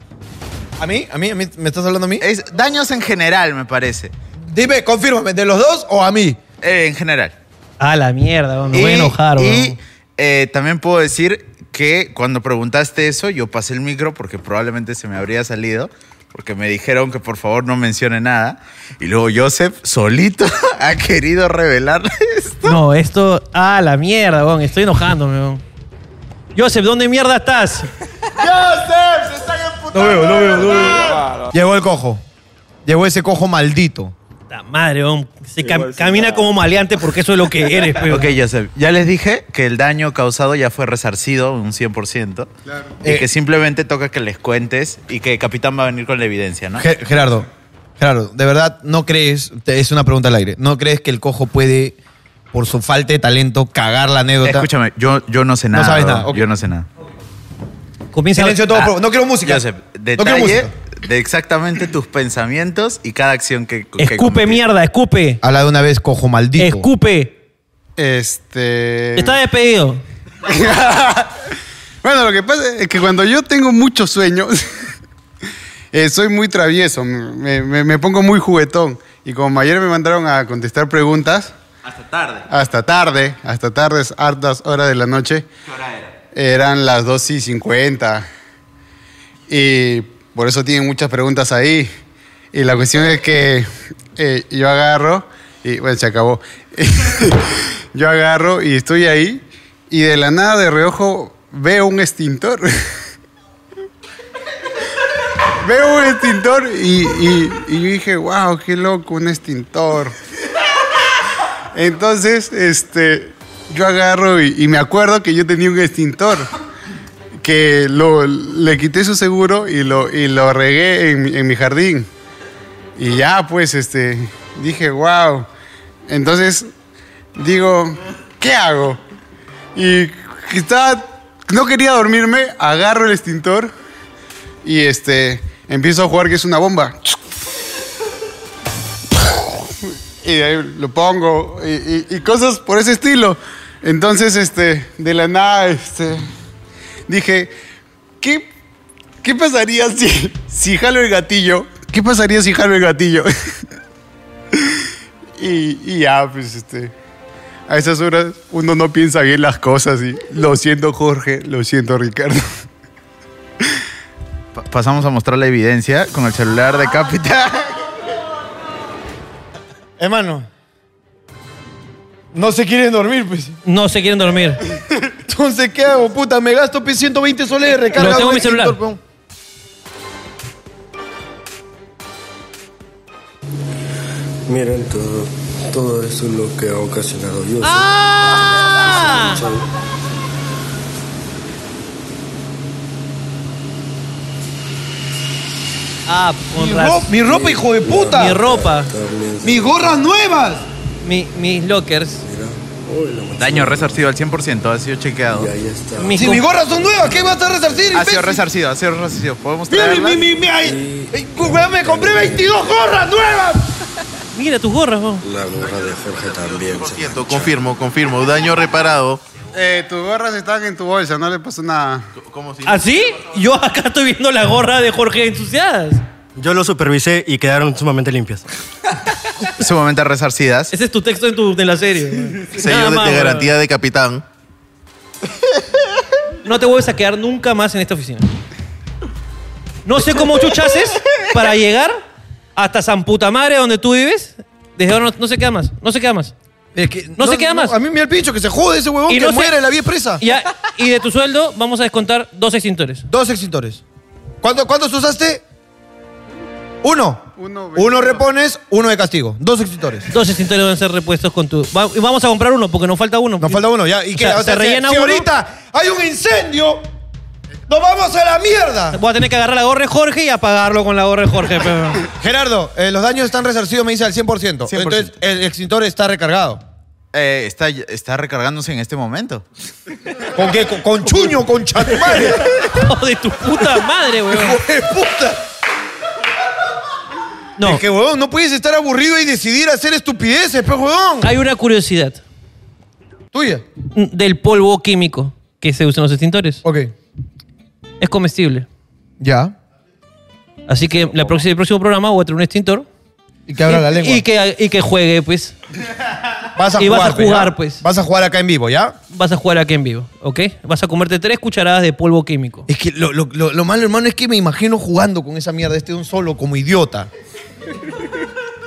Speaker 1: ¿A mí? ¿A mí? ¿A mí? ¿Me estás hablando a mí?
Speaker 11: Es daños en general, me parece.
Speaker 1: Dime, confírmame, ¿de los dos o a mí?
Speaker 11: Eh, en general.
Speaker 2: Ah, la mierda, bro, me
Speaker 11: Y-
Speaker 2: voy a enojar, bro.
Speaker 11: Y eh, también puedo decir que cuando preguntaste eso, yo pasé el micro porque probablemente se me habría salido. Porque me dijeron que por favor no mencione nada. Y luego Joseph solito ha querido revelar esto.
Speaker 2: No, esto. Ah, la mierda, weón. Estoy enojándome, weón. Joseph, ¿dónde mierda estás?
Speaker 1: No veo, no veo, no veo. Llegó el cojo. Llegó ese cojo maldito.
Speaker 2: Puta madre, weón. Se cam- camina como maleante porque eso es lo que eres, weón.
Speaker 11: Ok, Joseph. Ya les dije que el daño causado ya fue resarcido un 100%.
Speaker 1: Eh,
Speaker 11: Y que simplemente toca que les cuentes y que Capitán va a venir con la evidencia, ¿no?
Speaker 1: Ge- Gerardo, Gerardo, de verdad, ¿no crees, te- es una pregunta al aire, ¿no crees que el cojo puede, por su falta de talento, cagar la anécdota?
Speaker 11: Escúchame, yo, yo no sé
Speaker 1: No
Speaker 11: nada.
Speaker 1: sabes
Speaker 11: bro.
Speaker 1: nada, ok.
Speaker 11: Yo no sé nada.
Speaker 2: Comienza
Speaker 1: Silencio todo,
Speaker 11: Ah,
Speaker 1: pro- no quiero música.
Speaker 11: Joseph,
Speaker 1: no quiero
Speaker 11: detalle
Speaker 1: música.
Speaker 11: de exactamente tus pensamientos y cada acción que, que
Speaker 2: Escupe mierda, escupe.
Speaker 1: Habla de una vez, cojo maldito.
Speaker 2: Escupe.
Speaker 11: Eh.
Speaker 12: Este.
Speaker 2: Está despedido.
Speaker 12: bueno, lo que pasa es que cuando yo tengo muchos sueños, eh, soy muy travieso, me, me- me pongo muy juguetón. Y como ayer me mandaron a contestar preguntas. Hasta tarde. Hasta tarde, hasta tardes, hartas horas de la noche. Eran las 2 y 50. Y por eso tienen muchas preguntas ahí. Y la cuestión es que eh, yo agarro, y bueno, se acabó. yo agarro y estoy ahí, y de la nada de reojo veo un extintor. veo un extintor y, y- y yo dije, wow, qué loco, un extintor. Entonces, este, yo agarro y- y me acuerdo que yo tenía un extintor que lo, le quité su seguro y lo, y lo regué en, mi- en mi jardín. Y ya, pues, este, dije, wow. Entonces, digo, ¿qué hago? Y estaba, no quería dormirme, agarro el extintor y este, empiezo a jugar que es una bomba. Y de ahí lo pongo y, y- y cosas por ese estilo. Entonces, este, de la nada, este, dije, ¿qué, qué pasaría si, si jalo el gatillo? ¿Qué pasaría si jalo el gatillo? y, y ya, pues este. A esas horas uno no piensa bien las cosas y lo siento Jorge, lo siento Ricardo.
Speaker 11: Pa- pasamos a mostrar la evidencia con el celular de Capitán.
Speaker 1: Hermano, no se quieren dormir, pues.
Speaker 2: No se quieren dormir.
Speaker 1: Entonces, ¿qué hago, puta? Me gasto pues, 120 soles de recarga.
Speaker 2: Lo tengo en
Speaker 1: güey,
Speaker 2: mi celular.
Speaker 1: Héctor, peón.
Speaker 13: Miren todo, todo eso es lo que ha ocasionado yo.
Speaker 2: ¡Ah! Ah, con
Speaker 1: Mi
Speaker 2: razón.
Speaker 1: ro- mi ropa, hijo de puta.
Speaker 2: Mi ropa.
Speaker 1: Mis gorras nuevas.
Speaker 2: Mi- mis lockers.
Speaker 11: Daño resarcido al 100%, ha sido chequeado.
Speaker 2: Mis
Speaker 1: Si
Speaker 2: com-
Speaker 1: mis gorras son nuevas, ¿qué vas a resarcir,
Speaker 11: Ha sido
Speaker 1: imbécil?
Speaker 11: resarcido, ha sido resarcido. Podemos
Speaker 1: Mira, mi,
Speaker 11: traerla?
Speaker 1: mi, mi, mi, ay, ay, weón, me compré 22 gorras nuevas.
Speaker 2: Mira tus gorras, vos.
Speaker 13: La gorra de Jorge también. se manchó.
Speaker 9: Confirmo, confirmo. Daño reparado.
Speaker 12: Eh, tus gorras están en tu bolsa, no le pasó nada.
Speaker 9: ¿Cómo si?
Speaker 2: ¿Así? ¿Ah, Yo acá estoy viendo la gorra de Jorge ensuciadas.
Speaker 14: Yo lo supervisé y quedaron sumamente limpias.
Speaker 11: Sumamente resarcidas.
Speaker 2: Ese es tu texto en, tu, en la serie. Nada
Speaker 9: Sello de,
Speaker 2: más,
Speaker 9: de
Speaker 2: weón.
Speaker 9: garantía de capitán.
Speaker 2: No te vuelves a quedar nunca más en esta oficina. No sé cómo chuchases para llegar hasta San Puta Madre, donde tú vives. Desde ahora no, no se queda más. No se queda más. no, se queda más.
Speaker 1: A mí me da el pincho que se jode ese huevón
Speaker 2: Y
Speaker 1: que
Speaker 2: no se-
Speaker 1: muere la vía presa.
Speaker 2: Y, a- y de tu sueldo vamos a descontar dos extintores.
Speaker 1: Dos extintores. ¿Cuánto- ¿Cuántos usaste? Uno. Uno, repones, uno de castigo. Dos extintores.
Speaker 2: Dos extintores van a ser repuestos con tu. va- y vamos a comprar uno porque nos falta uno. Nos
Speaker 1: falta uno, ya. ¿Y qué? O sea,
Speaker 2: se rellena
Speaker 1: si
Speaker 2: uno.
Speaker 1: ahorita hay un incendio, nos vamos a la mierda.
Speaker 2: Voy a tener que agarrar la gorra de Jorge y apagarlo con la gorra de Jorge. pero-
Speaker 1: Gerardo, eh, los daños están resarcidos, me dice al 100%.
Speaker 11: 100%.
Speaker 1: Entonces, el extintor está recargado.
Speaker 11: Eh, está, está recargándose en este momento.
Speaker 1: ¿Con qué? ¿Con, con chuño? ¿Con chatumare?
Speaker 2: Hijo de tu puta madre, weón.
Speaker 1: puta!
Speaker 2: No.
Speaker 1: Es que, huevón, no puedes estar aburrido y decidir hacer estupideces, pues, huevón.
Speaker 2: Hay una curiosidad.
Speaker 1: ¿Tuya?
Speaker 2: Del polvo químico que se usa en los extintores.
Speaker 1: Ok.
Speaker 2: Es comestible.
Speaker 1: Ya.
Speaker 2: Así que la próxima, el próximo programa voy a traer un extintor.
Speaker 1: Y que abra la lengua.
Speaker 2: Y que, y que juegue, pues.
Speaker 1: Vas a
Speaker 2: y
Speaker 1: jugar,
Speaker 2: vas a
Speaker 1: pues,
Speaker 2: jugar,
Speaker 1: ¿ya?
Speaker 2: pues.
Speaker 1: Vas a jugar acá en vivo, ¿ya?
Speaker 2: Vas a jugar aquí en vivo, ¿ok? Vas a comerte tres cucharadas de polvo químico.
Speaker 1: Es que lo, lo- lo- lo malo, hermano, es que me imagino jugando con esa mierda este de un solo como idiota.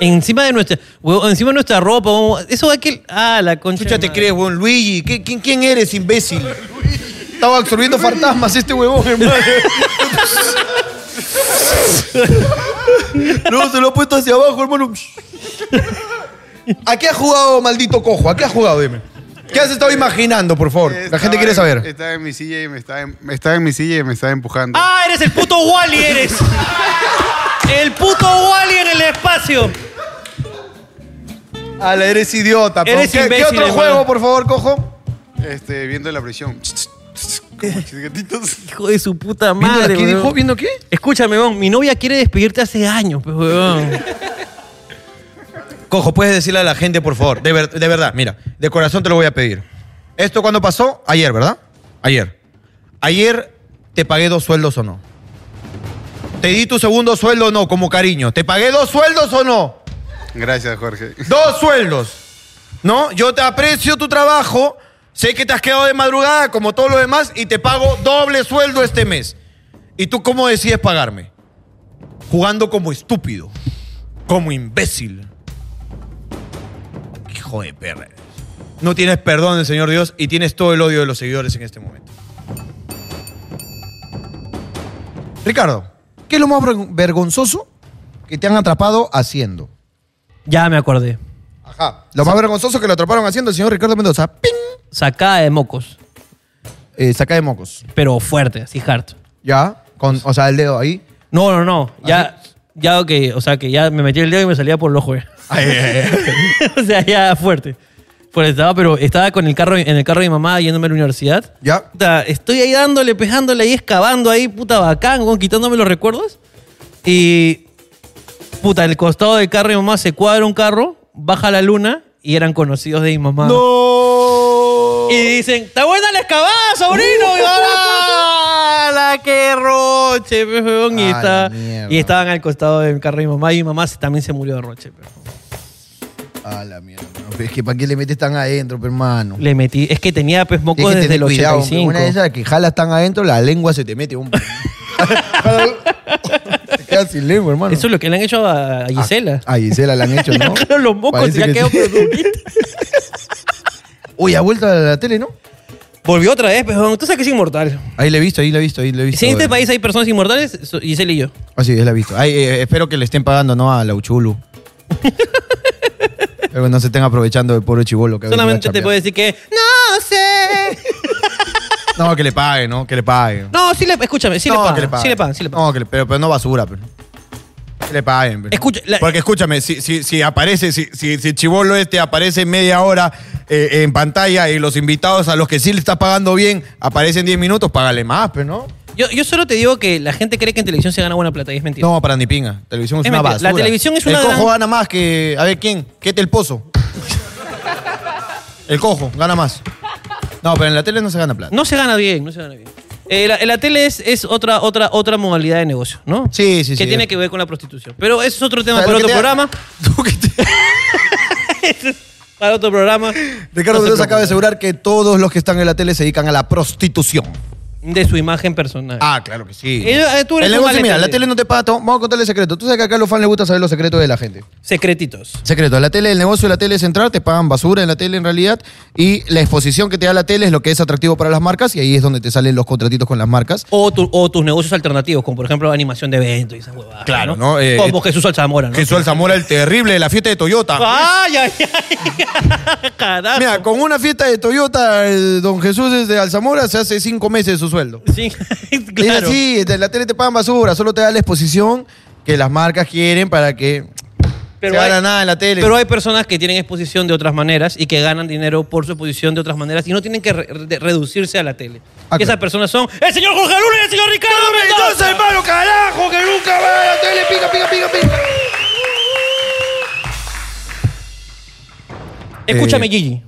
Speaker 2: Encima de nuestra, huevón, encima de nuestra ropa, vamos- eso hay que... Ah, la concha.
Speaker 1: Chucha, te crees, huevón. Luigi, ¿qué- quién, quién eres, imbécil? Estaba absorbiendo fantasmas este huevón, hermano. No, se lo ha puesto hacia abajo, hermano. ¿A qué ha jugado, maldito cojo? ¿A qué ha jugado, dime? ¿Qué has estado imaginando, por favor? La gente quiere
Speaker 12: Estaba en-
Speaker 1: saber.
Speaker 12: Estaba en mi silla y me estaba, en- me estaba en mi silla y me estaba empujando.
Speaker 2: ¡Ah, eres el puto Wally, eres! ¡El puto Wally en el espacio!
Speaker 1: Ala, Ah, eres idiota. pero
Speaker 2: Eres
Speaker 1: ¿Qué, qué
Speaker 2: imbécil,
Speaker 1: otro
Speaker 2: hermano.
Speaker 1: juego, por favor, cojo?
Speaker 12: Este, viendo la presión. Como chisgatitos.
Speaker 2: Hijo de su puta
Speaker 12: ¿Viendo
Speaker 2: madre,
Speaker 12: aquí,
Speaker 2: weón.
Speaker 12: dijo?
Speaker 1: ¿Viendo qué?
Speaker 2: Escúchame, weón, mi novia quiere despedirte hace años, pues, weón.
Speaker 1: Cojo, puedes decirle a la gente, por favor. De, ver- de verdad, mira. De corazón te lo voy a pedir. ¿Esto cuándo pasó? Ayer, ¿verdad? Ayer. Ayer te pagué dos sueldos o no. ¿Te di tu segundo sueldo o no, como cariño? ¿Te pagué dos sueldos o no?
Speaker 12: Gracias, Jorge.
Speaker 1: Dos sueldos. ¿No? Yo te aprecio tu trabajo. Sé que te has quedado de madrugada como todos los demás y te pago doble sueldo este mes. ¿Y tú cómo decides pagarme? Jugando como estúpido. Como imbécil. Hijo de perra. eres. No tienes perdón del Señor Dios y tienes todo el odio de los seguidores en este momento. Ricardo, ¿qué es lo más vergon- vergonzoso que te han atrapado haciendo?
Speaker 2: Ya me acordé.
Speaker 1: Ajá. Lo más vergonzoso que lo atraparon haciendo el señor Ricardo Mendoza. ¡Ping! Eh,
Speaker 2: Sacada de mocos.
Speaker 1: saca de mocos.
Speaker 2: Pero fuerte, así hard.
Speaker 1: Ya, con, o sea, el dedo ahí.
Speaker 2: No, no, no. Ya, ya, ok. O sea, que ya me metí el dedo y me salía por el ojo. eh. o sea, ya fuerte. Pues estaba, pero estaba con el carro, en el carro de mi mamá yéndome a la universidad.
Speaker 1: Ya.
Speaker 2: estoy ahí dándole, pejándole ahí, excavando ahí, puta bacán, weón, quitándome los recuerdos. Y. Puta, el costado del carro de mi mamá se cuadra un carro, baja la luna y eran conocidos de mi mamá.
Speaker 1: ¡No!
Speaker 2: Y dicen, ¡está buena la excavada, sobrino! Y, ¡ah, la que roche! pe, weón! Y,
Speaker 1: Ah,
Speaker 2: está-
Speaker 1: la mierda.
Speaker 2: y estaban al costado del carro de mi mamá y mi mamá se- también se murió de roche. pe.
Speaker 1: A la mierda. hermano. Pero Es que ¿para qué le metes tan adentro, pe, hermano?
Speaker 2: Le metí, es que tenía pues mocos
Speaker 1: Tienes que
Speaker 2: desde
Speaker 1: tener
Speaker 2: el
Speaker 1: cuidado, pe.
Speaker 2: 85.
Speaker 1: Una de esas que jalas tan adentro, la lengua se te mete. Un... te quedas sin lengua, hermano.
Speaker 2: Eso es lo que le han hecho a a Gisela.
Speaker 1: A Gisela la han hecho,
Speaker 2: Le
Speaker 1: ¿no?
Speaker 2: arrancaron los mocos
Speaker 1: Parece
Speaker 2: y la
Speaker 1: que
Speaker 2: quedó
Speaker 1: sí. Uy, ha vuelto a la tele, ¿no?
Speaker 2: Volvió otra vez, pero tú sabes que es inmortal.
Speaker 1: Ahí la he visto, ahí la he visto, ahí la he visto.
Speaker 2: Si en este país hay personas inmortales, so- Gisela y yo.
Speaker 1: Así es, la he visto. Ay, eh, espero que le estén pagando, ¿no? A la Uchulu. Pero no se estén aprovechando del pobre chivolo que ha venido a
Speaker 2: Solamente te
Speaker 1: chambear.
Speaker 2: puedo decir que no sé.
Speaker 1: No, que le pague, ¿no? Que le pague.
Speaker 2: No, sí le, escúchame, sí
Speaker 1: no,
Speaker 2: le pagan,
Speaker 1: que le pague.
Speaker 2: sí le pagan, sí le pagan.
Speaker 1: No, que le- pero, pero no basura, pero. Que le paguen, pero.
Speaker 2: Escucha, la-
Speaker 1: Porque escúchame, si, si, si aparece, si, si, si el chivolo este aparece media hora eh, en pantalla y los invitados a los que sí le está pagando bien aparecen 10 minutos, págale más, pero no.
Speaker 2: Yo, yo solo te digo que la gente cree que en televisión se gana buena plata y es mentira.
Speaker 1: No, para ni pinga. Televisión es,
Speaker 2: Es
Speaker 1: una
Speaker 2: mentira. La
Speaker 1: basura.
Speaker 2: televisión es una
Speaker 1: El cojo
Speaker 2: gran-
Speaker 1: gana más que. A ver, ¿quién? ¿Qué te el pozo? el cojo gana más. No, pero en la tele no se gana plata.
Speaker 2: No se gana bien, no se gana bien. Eh, la, la tele es, es otra, otra, otra modalidad de negocio, ¿no?
Speaker 1: Sí, sí,
Speaker 2: que
Speaker 1: sí.
Speaker 2: tiene que ver con la prostitución. Pero eso es otro tema
Speaker 1: O sea,
Speaker 2: para
Speaker 1: lo que
Speaker 2: otro
Speaker 1: te-
Speaker 2: programa. Eso es para otro programa.
Speaker 1: Ricardo
Speaker 2: No se
Speaker 1: Mendoza acaba de
Speaker 2: preocupen.
Speaker 1: asegurar que todos los que están en la tele se dedican a la prostitución.
Speaker 2: De su imagen personal.
Speaker 1: Ah, claro que sí.
Speaker 2: Eh, tú eres
Speaker 1: el negocio,
Speaker 2: un
Speaker 1: mira,
Speaker 2: malentendido.
Speaker 1: la tele no te paga todo. Vamos a contarle secreto. Tú sabes que acá a los fans les gusta saber los secretos de la gente.
Speaker 2: Secretitos.
Speaker 1: Secreto. La tele, el negocio de la tele es entrar, te pagan basura en la tele en realidad. Y la exposición que te da la tele es lo que es atractivo para las marcas. Y ahí es donde te salen los contratitos con las marcas.
Speaker 2: O, tu- o tus negocios alternativos, como por ejemplo animación de eventos y esas huevadas.
Speaker 1: Claro,
Speaker 2: ¿no?
Speaker 1: ¿no? Eh,
Speaker 2: como Jesús Alzamora, ¿no?
Speaker 1: Jesús Zamora, el terrible de la fiesta de Toyota.
Speaker 2: ¡Ay, ay, ay! Carajo.
Speaker 1: Mira, con una fiesta de Toyota, el don Jesús es de Alzamora se hace cinco meses de su sueldo.
Speaker 2: Sí, claro.
Speaker 1: Es así, de la tele te pagan basura, solo te da la exposición que las marcas quieren para que
Speaker 2: Pero
Speaker 1: se
Speaker 2: hay-
Speaker 1: gana nada en la tele.
Speaker 2: Pero hay personas que tienen exposición de otras maneras y que ganan dinero por su exposición de otras maneras y no tienen que re- re- reducirse a la tele.
Speaker 1: Ah,
Speaker 2: Que Esas
Speaker 1: claro.
Speaker 2: personas son el señor Jorge Luna y el señor Ricardo Mendoza.
Speaker 1: hermano, carajo, que nunca va a la tele, pica, pica, pica, pica.
Speaker 2: Escúchame,
Speaker 1: Eh.
Speaker 2: Gigi.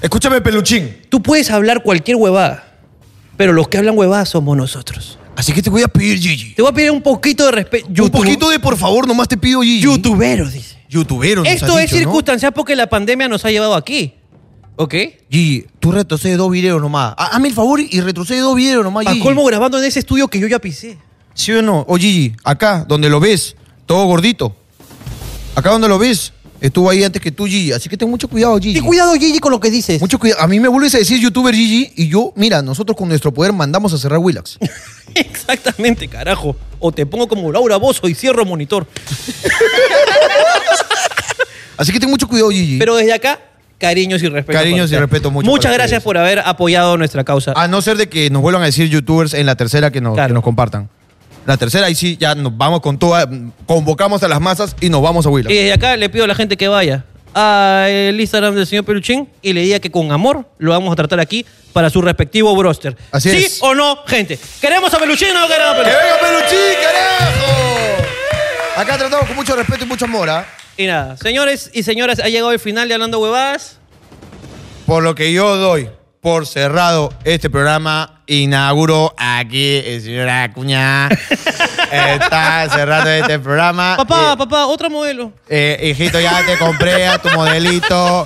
Speaker 1: Escúchame, peluchín.
Speaker 2: Tú puedes hablar cualquier huevada, pero los que hablan huevadas somos nosotros.
Speaker 1: Así que te voy a pedir, Gigi.
Speaker 2: Te voy a pedir un poquito de respeto.
Speaker 1: Un poquito de por favor, nomás te pido, Gigi.
Speaker 2: Youtuberos, dice.
Speaker 1: Youtuberos, nos
Speaker 2: Esto
Speaker 1: has
Speaker 2: es
Speaker 1: dicho, ¿no?
Speaker 2: circunstancial porque la pandemia nos ha llevado aquí. ¿Ok?
Speaker 1: Gigi, tú retrocedes dos videos nomás. Ah, Hazme el favor y retrocede dos videos nomás,
Speaker 2: Para
Speaker 1: Gigi.
Speaker 2: colmo grabando en ese estudio que yo ya pisé.
Speaker 1: Oh, ¿Sí o no? O Gigi, acá donde lo ves, todo gordito. Acá donde lo ves, Estuvo ahí antes que tú, Gigi. Así que ten mucho cuidado, Gigi. Ten
Speaker 15: cuidado, Gigi, con lo que dices.
Speaker 1: Mucho cuidado. A mí me vuelves a decir youtuber Gigi y yo, mira, nosotros con nuestro poder mandamos a cerrar Willax.
Speaker 2: Exactamente, carajo. O te pongo como Laura Bozo y cierro monitor.
Speaker 1: Así que ten mucho cuidado, Gigi.
Speaker 2: Pero desde acá, cariños y respeto.
Speaker 1: Cariños
Speaker 2: para
Speaker 1: y
Speaker 2: usted.
Speaker 1: respeto mucho
Speaker 2: Muchas
Speaker 1: para Ah,
Speaker 2: gracias por haber apoyado nuestra causa.
Speaker 1: A no ser de que nos vuelvan a decir youtubers en la tercera que nos, que nos compartan. La tercera, ahí sí, ya nos vamos con toda. Convocamos a las masas y nos vamos a Willax.
Speaker 2: Y desde acá le pido a la gente que vaya al Instagram del señor Peluchín y le diga que con amor lo vamos a tratar aquí para su respectivo broster.
Speaker 1: Así
Speaker 2: ¿Sí
Speaker 1: es.
Speaker 2: o no, gente? ¿Queremos a Peluchín o no queremos a Peluchín?
Speaker 1: ¡Que venga Peluchín, carajo! Acá tratamos con mucho respeto y mucho amor, ¿ah?
Speaker 2: Y nada, señores y señoras, ha llegado el final de Hablando Huevadas.
Speaker 1: Por lo que yo doy por cerrado este programa, inauguro aquí el señor Acuña. Está cerrando este programa.
Speaker 2: Papá, papá, otro modelo.
Speaker 1: Eh, hijito, ya te compré a tu modelito.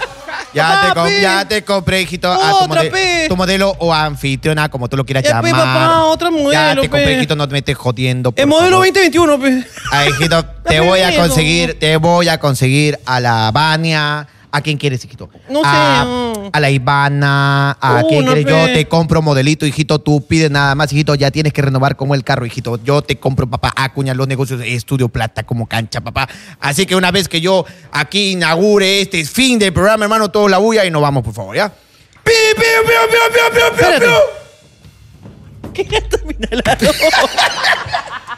Speaker 1: Ya,
Speaker 2: Papá,
Speaker 1: te, com-
Speaker 2: pi.
Speaker 1: ya te compré, hijito, a tu,
Speaker 2: Otra,
Speaker 1: mode-
Speaker 2: pi.
Speaker 1: tu modelo o anfitriona, como tú lo quieras
Speaker 2: Ya,
Speaker 1: llamar.
Speaker 2: pe, papá, otra
Speaker 1: ya
Speaker 2: modelo,
Speaker 1: te compré,
Speaker 2: pe.
Speaker 1: hijito, no me estés jodiendo. por
Speaker 2: El modelo
Speaker 1: favor.
Speaker 2: 2021, pe.
Speaker 1: Ay, hijito, te voy a
Speaker 2: primero.
Speaker 1: conseguir, te voy a conseguir a la Bania. ¿A quién quieres, hijito?
Speaker 2: No sé,
Speaker 1: a,
Speaker 2: no. Uh,
Speaker 1: a la Ivana, a
Speaker 2: Una,
Speaker 1: quién quieres. Yo
Speaker 2: pe.
Speaker 1: te compro modelito, hijito. Tú pides nada más, hijito. Ya tienes que renovar como el carro, hijito. Yo te compro, papá. Acuña los negocios, estudio plata como cancha, papá. Así que una vez que yo aquí inaugure este fin del programa, hermano, todo la bulla y nos vamos, por favor, ¿ya? ¡Pi, pi, pi, pi, pi, pi, pi!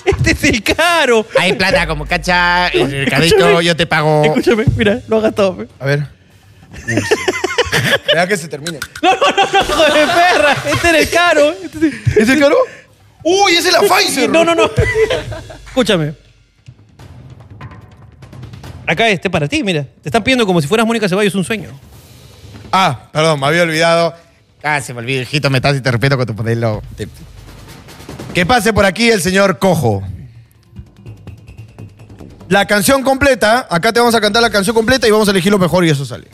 Speaker 2: Este es el caro.
Speaker 1: Hay plata como cancha. el mercadito,
Speaker 2: Escúchame.
Speaker 1: yo te pago.
Speaker 2: Escúchame, mira, lo ha gastado, pe.
Speaker 1: A ver. Deja que se termine.
Speaker 2: No, no, no, no, hijo de perra. Este era el caro.
Speaker 1: ¿Es el caro? ¡Uy, ese es la Pfizer!
Speaker 2: No, no, no. Escúchame. Acá este para ti, mira. Te están pidiendo como si fueras Mónica Ceballos un sueño.
Speaker 1: Ah, perdón, me había olvidado. Ah, se me olvidó, hijito, me estás y te respeto con tu modelo. Te- Que pase por aquí el señor Cojo. La canción completa, acá te vamos a cantar la canción completa y vamos a elegir lo mejor y eso sale.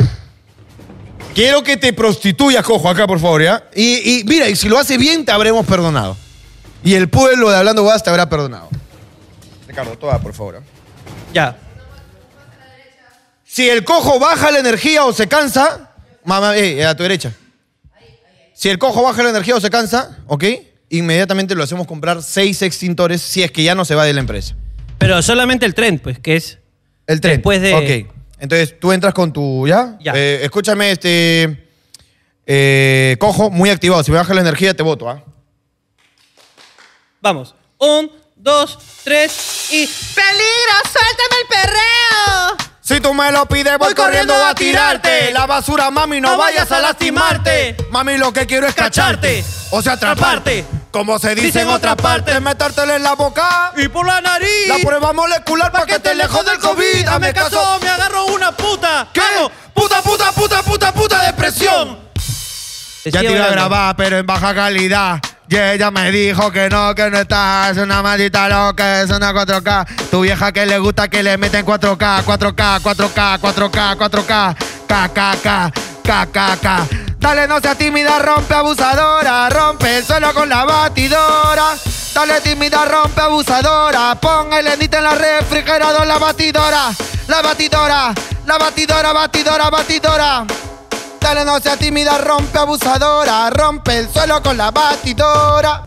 Speaker 1: Quiero que te prostituyas, Cojo, acá por favor, ¿ya? Y, y mira, y si lo hace bien, te habremos perdonado. Y el pueblo de Hablando Guas te habrá perdonado. Ricardo, toda, por favor. ¿eh?
Speaker 2: Ya.
Speaker 1: Si el cojo baja la energía o se cansa, mamá, eh, a tu derecha. Si el cojo baja la energía o se cansa, ¿ok? Inmediatamente lo hacemos comprar seis extintores si es que ya no se va de la empresa.
Speaker 2: Pero solamente el tren, pues, que es.
Speaker 1: El tren.
Speaker 2: Después de.
Speaker 1: Ok. Entonces tú entras con tu. ¿Ya?
Speaker 2: Ya.
Speaker 1: Eh, escúchame, este. eh, cojo, muy activado. Si me baja la energía, te voto, ¿ah?
Speaker 2: Vamos. Un, dos, tres y. ¡Peligro! ¡Suéltame el perreo!
Speaker 16: Si tú me lo pides, voy, corriendo a tirarte. La basura, mami, no, vayas a lastimarte. Mami, lo que quiero es cacharte. O sea, atraparte. Como se dice en otra parte, metértela en la boca.
Speaker 2: Y por la nariz.
Speaker 16: La prueba molecular para que te lejos del COVID. Hazme caso.
Speaker 2: me agarro una puta.
Speaker 16: ¿Qué? Puta, puta, puta, puta, puta depresión.
Speaker 1: Ya te iba a grabar, pero en baja calidad. Y ella me dijo que no, que no estás. Es una maldita loca, es una 4K. Tu vieja que le gusta que le meten 4K, 4K, 4K, 4K, 4K. KKK, KKK. Dale, no seas tímida, rompe abusadora. Rompe el suelo con la batidora. Dale, tímida, rompe abusadora. Pon el endita en la refrigeradora, la batidora. La batidora, la batidora, batidora, batidora. Dale, no sea tímida, rompe abusadora, rompe el suelo con la batidora.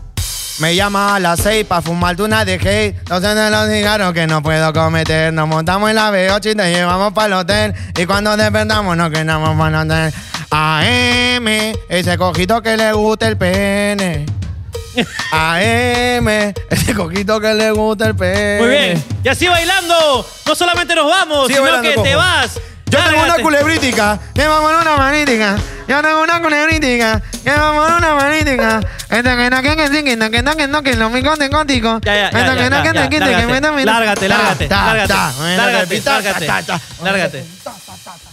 Speaker 1: Me llama a las seis pa' fumar de una de gay. No sé de los cigarros que no puedo cometer. Nos montamos en la B8 y te llevamos pa'l hotel. Y cuando despertamos nos quedamos pa'l hotel. AM, ese cojito que le gusta el pene. AM, ese cojito que le gusta el pene.
Speaker 2: Muy bien. Y así bailando. No solamente nos vamos,
Speaker 1: Sigue
Speaker 2: sino
Speaker 1: bailando,
Speaker 2: que te
Speaker 1: cojo.
Speaker 2: vas.
Speaker 1: Yo tengo
Speaker 2: Lárgate.
Speaker 1: una culebrítica, llevamos una manítica. Yo tengo una culebrítica, llevamos una manítica. Esta que no, que no, que no, que no, que no, que no, mi conte, contico.
Speaker 2: Ya, ya, ya,
Speaker 1: Esta
Speaker 2: ya,
Speaker 1: que no,
Speaker 2: ya,
Speaker 1: que no,
Speaker 2: ya,
Speaker 1: que no, que me da, me da.
Speaker 2: Lárgate, lárgate, lárgate,
Speaker 1: Ta,
Speaker 2: lárgate,
Speaker 1: ta, ta.
Speaker 2: lárgate,
Speaker 1: Ta,
Speaker 2: lárgate,
Speaker 1: ta, ta.
Speaker 2: lárgate.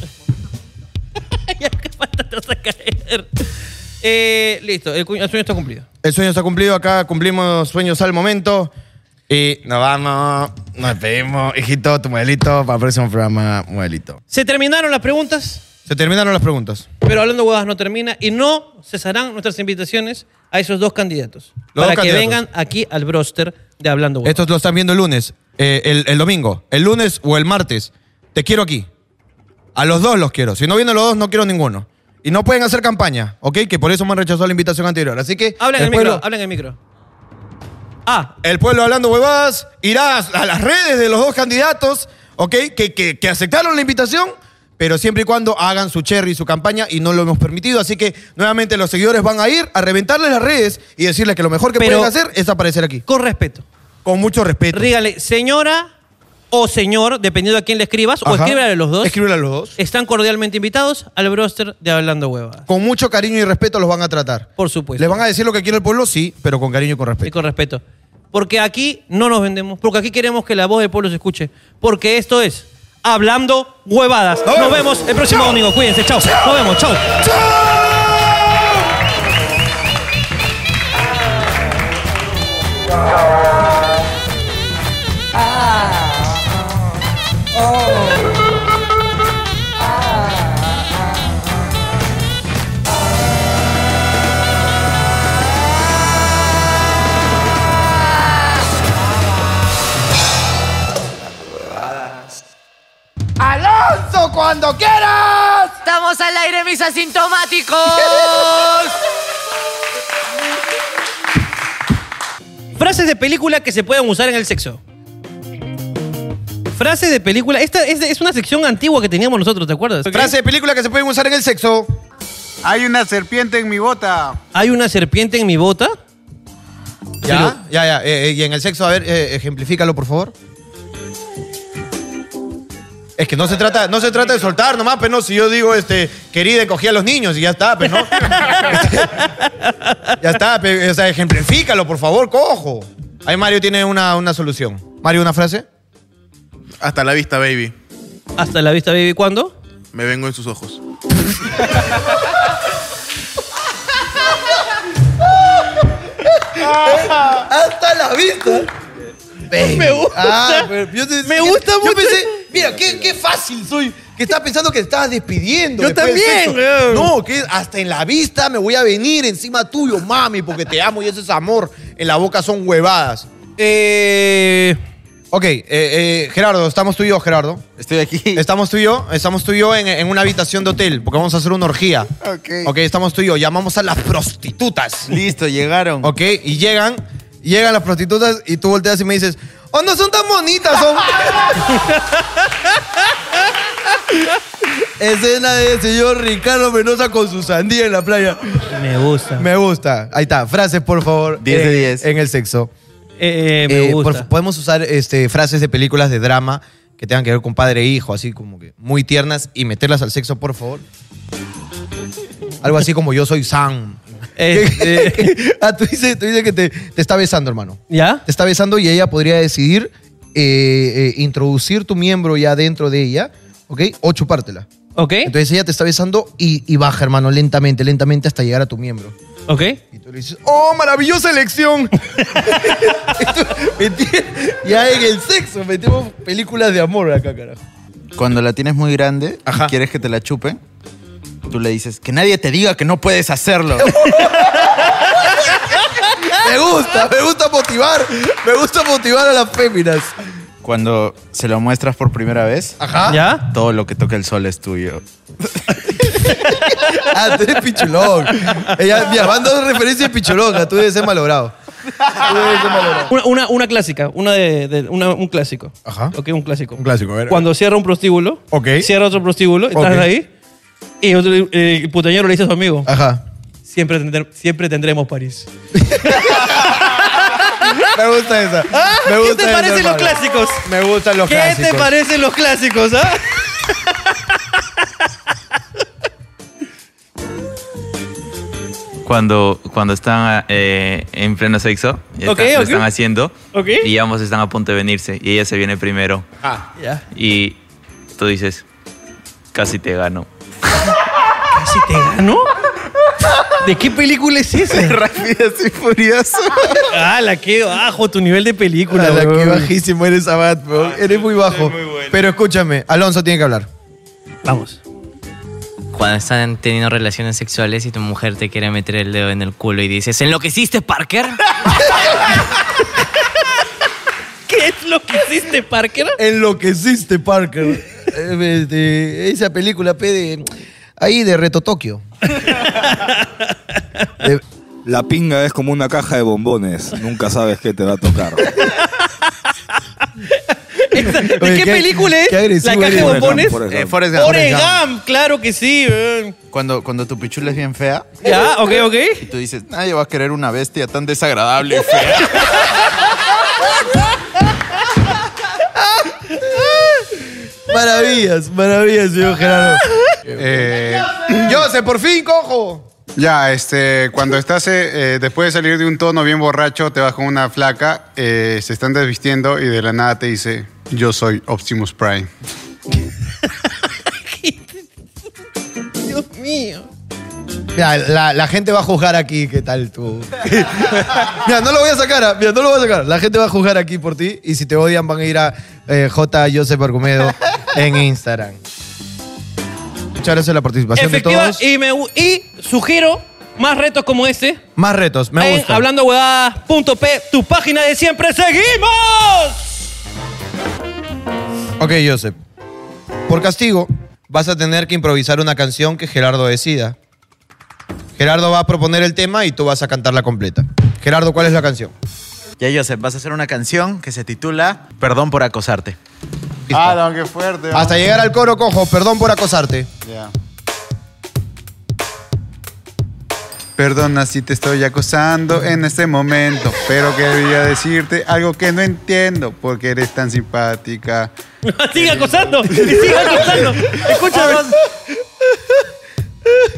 Speaker 2: Ya, qué falta te vas a caer. Eh, listo, el, cu- el sueño está cumplido.
Speaker 1: El sueño se ha cumplido, acá cumplimos sueños al momento. Y nos vamos, nos despedimos. Hijito, tu modelito, para el próximo programa, modelito.
Speaker 2: Se terminaron las preguntas.
Speaker 1: Se terminaron las preguntas.
Speaker 2: Pero hablando huevadas no termina y no cesarán nuestras invitaciones a esos dos candidatos
Speaker 1: Los
Speaker 2: para
Speaker 1: dos
Speaker 2: que
Speaker 1: candidatos.
Speaker 2: vengan aquí al broster de hablando huevadas.
Speaker 1: Estos lo están viendo el lunes, eh, el, el domingo, el lunes o el martes. Te quiero aquí. A los dos los quiero. Si no vienen los dos, no quiero ninguno. Y no pueden hacer campaña, ¿ok? Que por eso me han rechazado la invitación anterior. Así que.
Speaker 2: Hablen en
Speaker 1: el
Speaker 2: el micro,
Speaker 1: pueblo-
Speaker 2: hablen en el micro.
Speaker 1: Ah. El pueblo hablando huevadas irá a las redes de los dos candidatos, ¿ok? Que, que- que aceptaron la invitación, pero siempre y cuando hagan su cherry, su campaña, y no lo hemos permitido. Así que nuevamente los seguidores van a ir a reventarles las redes y decirles que lo mejor que
Speaker 2: Pero-
Speaker 1: pueden hacer es aparecer aquí.
Speaker 2: Con respeto.
Speaker 1: Con mucho respeto.
Speaker 2: Rígale, señora o señor, dependiendo a quién le escribas, o
Speaker 1: Ajá.
Speaker 2: escríbale a los dos.
Speaker 1: Escríbele a los dos.
Speaker 2: Están cordialmente invitados al broster de Hablando Hueva.
Speaker 1: Con mucho cariño y respeto los van a tratar.
Speaker 2: Por supuesto.
Speaker 1: ¿Les van a decir lo que quiere el pueblo? Sí, pero con cariño y con respeto.
Speaker 2: Y con respeto. Porque aquí no nos vendemos, porque aquí queremos que la voz del pueblo se escuche. Porque esto es Hablando Huevadas. Nos, vemos el próximo domingo. Cuídense, chao. Nos vemos, chao.
Speaker 16: ¡Alonso, cuando quieras!
Speaker 17: ¡Estamos al aire, mis asintomáticos!
Speaker 2: Frases de película que se pueden usar en el sexo. Frases de película. Esta es, es una sección antigua que teníamos nosotros, ¿te acuerdas?
Speaker 1: Frases de película que se pueden usar en el sexo.
Speaker 12: Hay una serpiente en mi bota.
Speaker 2: Hay una serpiente en mi bota.
Speaker 1: Ya, ya, ya. Eh, eh, y en el sexo, a ver, eh, ejemplifícalo, por favor. Es que no se trata, no se trata de soltar nomás, pero no, si yo digo, este, querida, cogí a los niños y ya está, pues no. ya está, pe, o sea, ejemplifícalo, por favor, cojo. Ahí Mario tiene una, una solución. Mario, una frase.
Speaker 9: Hasta la vista, baby.
Speaker 2: Hasta la vista, baby. ¿Cuándo?
Speaker 9: Me vengo en sus ojos.
Speaker 1: Hasta la vista.
Speaker 16: Me gusta.
Speaker 1: Ah, me gusta mucho. Yo pensé, mira, qué, qué fácil soy. Que estaba pensando que estabas despidiendo.
Speaker 16: Yo
Speaker 1: después del
Speaker 16: también,
Speaker 1: sexo.
Speaker 16: weón.
Speaker 1: No, que hasta en la vista me voy a venir encima tuyo, mami, porque te amo y ese es amor. En la boca son huevadas. Eh. Ok, eh, eh, Gerardo, estamos tú y yo, Gerardo.
Speaker 11: Estoy aquí.
Speaker 1: Estamos tú y yo, estamos tú y yo en, en una habitación de hotel, porque vamos a hacer una orgía. Ok, estamos tú y yo. Llamamos a las prostitutas.
Speaker 11: Listo, llegaron.
Speaker 1: Ok, y llegan, llegan las prostitutas y tú volteas y me dices, oh, no son tan bonitas, son. Escena de señor Ricardo Menosa con su sandía en la playa.
Speaker 2: Me gusta.
Speaker 1: Me gusta. Ahí está. Frases, por favor.
Speaker 11: 10 de
Speaker 1: en-
Speaker 11: 10.
Speaker 1: En el sexo.
Speaker 2: Eh, me
Speaker 1: Eh,
Speaker 2: gusta.
Speaker 1: por- podemos usar este, frases de películas de drama que tengan que ver con padre e hijo, así como que muy tiernas y meterlas al sexo, por favor. Algo así como yo soy Sam.
Speaker 2: Este.
Speaker 1: ah, tú dices, tú dices que te, te está besando, hermano.
Speaker 2: ¿Ya?
Speaker 1: Te está besando y ella podría decidir eh, eh, introducir tu miembro ya dentro de ella, ¿ok? O chupártela.
Speaker 2: Ok.
Speaker 1: Entonces ella te está besando y, y baja, hermano, lentamente, lentamente hasta llegar a tu miembro.
Speaker 2: Ok.
Speaker 1: ¡Oh, maravillosa elección! ya en el sexo metemos películas de amor acá, carajo.
Speaker 11: Cuando la tienes muy grande y quieres que te la chupen, tú le dices, que nadie te diga que no puedes hacerlo.
Speaker 1: Me gusta, me gusta motivar. Me gusta motivar a las féminas.
Speaker 11: Cuando se lo muestras por primera vez,
Speaker 1: Ajá.
Speaker 2: ¿Ya?
Speaker 11: todo lo que toca el sol es tuyo.
Speaker 1: Ah, tú eres pichulón. Ella, mira, van dos referencias pichulón. ah, Tú debes ser malogrado.
Speaker 2: Una, una, una clásica, una de, de- una- un clásico. Ajá. Ok, un clásico. Un
Speaker 1: clásico, a ver.
Speaker 2: Cuando cierra un prostíbulo, cierra otro prostíbulo, estás
Speaker 1: Ok. Ah.
Speaker 2: ahí, y otro- el putañero le dice a su amigo,
Speaker 1: Ajá.
Speaker 2: siempre, tendr- siempre tendremos París.
Speaker 1: Me gusta esa. Me
Speaker 2: Ah, ¿Qué
Speaker 1: gusta
Speaker 2: te
Speaker 1: esa,
Speaker 2: parecen los
Speaker 1: hermano.
Speaker 2: clásicos?
Speaker 1: Me gustan los
Speaker 2: ¿Qué
Speaker 1: clásicos.
Speaker 2: te parecen los clásicos, ah?
Speaker 15: cuando, cuando están eh, en pleno sexo, ya
Speaker 2: Ok,
Speaker 15: está- lo
Speaker 2: ok.
Speaker 15: están haciendo
Speaker 2: Ok.
Speaker 15: y ambos están a punto de venirse y ella se viene primero
Speaker 2: Ah, ya.
Speaker 15: y tú dices, casi te gano.
Speaker 2: ¿Casi te ganó? ¿De qué película es esa?
Speaker 11: Rápidas y furiosas.
Speaker 2: ¡Hala, qué bajo tu nivel de película!
Speaker 1: Ala, qué
Speaker 2: weón.
Speaker 1: bajísimo eres, Abad, bro. Eres Ah, muy bajo. Pero escúchame, Alonso tiene que hablar.
Speaker 2: Vamos.
Speaker 4: Cuando están teniendo relaciones sexuales y tu mujer te quiere meter el dedo en el culo y dices, ¿enloqueciste, Parker?
Speaker 2: ¿Qué es lo que hiciste, Parker?
Speaker 1: Enloqueciste, Parker. eh, este, esa película, pe, de- ahí de Reto Tokio.
Speaker 8: La pinga es como una caja de bombones. Nunca sabes qué te va a tocar.
Speaker 2: ¿De
Speaker 8: Oye,
Speaker 2: qué,
Speaker 8: qué-
Speaker 2: película
Speaker 8: qué
Speaker 2: es? ¿La
Speaker 8: agresivo
Speaker 2: caja de
Speaker 8: eres.
Speaker 2: bombones?
Speaker 8: Forrest Gump,
Speaker 6: Eh, Forrest Gump.
Speaker 2: Forrest
Speaker 6: Forrest
Speaker 2: Gump, claro que sí. weón.
Speaker 6: Cuando, cuando tu pichula es bien fea.
Speaker 2: Ya, ok, ok.
Speaker 6: Y tú dices, nadie va a querer una bestia tan desagradable y fea.
Speaker 1: Maravillas, maravillas, señor Gerardo.
Speaker 11: Eh,
Speaker 1: Yo sé, por fin, cojo.
Speaker 11: ya, este, cuando estás, eh, eh, después de salir de un tono bien borracho, te vas con una flaca, eh, se están desvistiendo y de la nada te dice, yo soy Optimus Prime.
Speaker 2: Dios mío.
Speaker 1: Mira, la, la gente va a juzgar aquí qué tal tú. mira, no lo voy a sacar, ah, mira, no lo voy a sacar. La gente va a juzgar aquí por ti y si te odian van a ir a eh, J. Joseph Argumedo en Instagram. Muchas gracias por la participación de
Speaker 2: Efectiva.
Speaker 1: todos.
Speaker 2: Y, me, gu- y sugiero más retos como este.
Speaker 1: Más retos, me
Speaker 2: en
Speaker 1: gusta.
Speaker 2: Hablando huevadas.p, tu página de siempre. ¡Seguimos!
Speaker 1: Ok, Joseph. Por castigo, vas a tener que improvisar una canción que Gerardo decida. Gerardo va a proponer el tema y tú vas a cantarla completa. Gerardo, ¿cuál es la canción?
Speaker 6: ya, Joseph, vas a hacer una canción que se titula Perdón por acosarte.
Speaker 11: Ah, no, qué fuerte. man.
Speaker 1: Hasta llegar al coro, cojo, perdón por acosarte.
Speaker 11: Ya. Perdona si te estoy acosando en este momento, pero quería decirte algo que no entiendo, porque eres tan simpática.
Speaker 2: Sigue acosando. y Sigue acosando. Escúchame.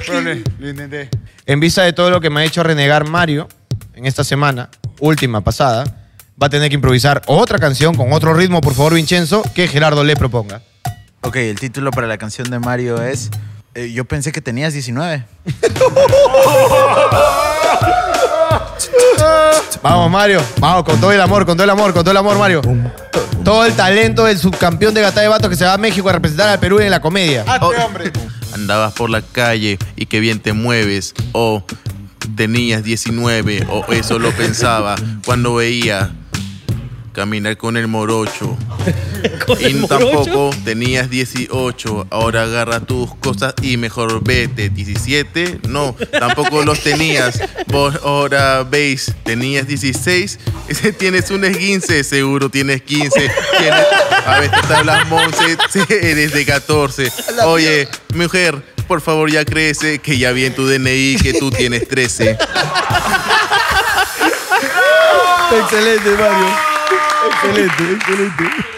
Speaker 11: Prole, lo intenté.
Speaker 1: En vista de todo lo que me ha hecho renegar Mario en esta semana, última pasada, va a tener que improvisar otra canción con otro ritmo, por favor, Vincenzo, que Gerardo le proponga.
Speaker 6: Ok, el título para la canción de Mario es eh, Yo pensé que tenías 19.
Speaker 1: Vamos, Mario. Vamos, con todo el amor, con todo el amor, con todo el amor, Mario. Todo el talento del subcampeón de Gata de Bato que se va a México a representar al Perú en la comedia.
Speaker 12: Andabas por la calle y qué bien te mueves. O tenías 19, o eso lo pensaba cuando veía caminar con el morocho.
Speaker 2: Con
Speaker 12: y
Speaker 2: el morocho.
Speaker 12: tampoco tenías 18. Ahora agarra tus cosas y mejor vete. 17, no, tampoco los tenías. Vos ahora veis, tenías 16. Tienes un 15, seguro tienes 15. Tienes, a veces te hablas 11, eres de 14. Oye, mujer, por favor ya crece, que ya vi en tu DNI que tú tienes 13.
Speaker 1: Excelente, Mario. Excelente, excelente.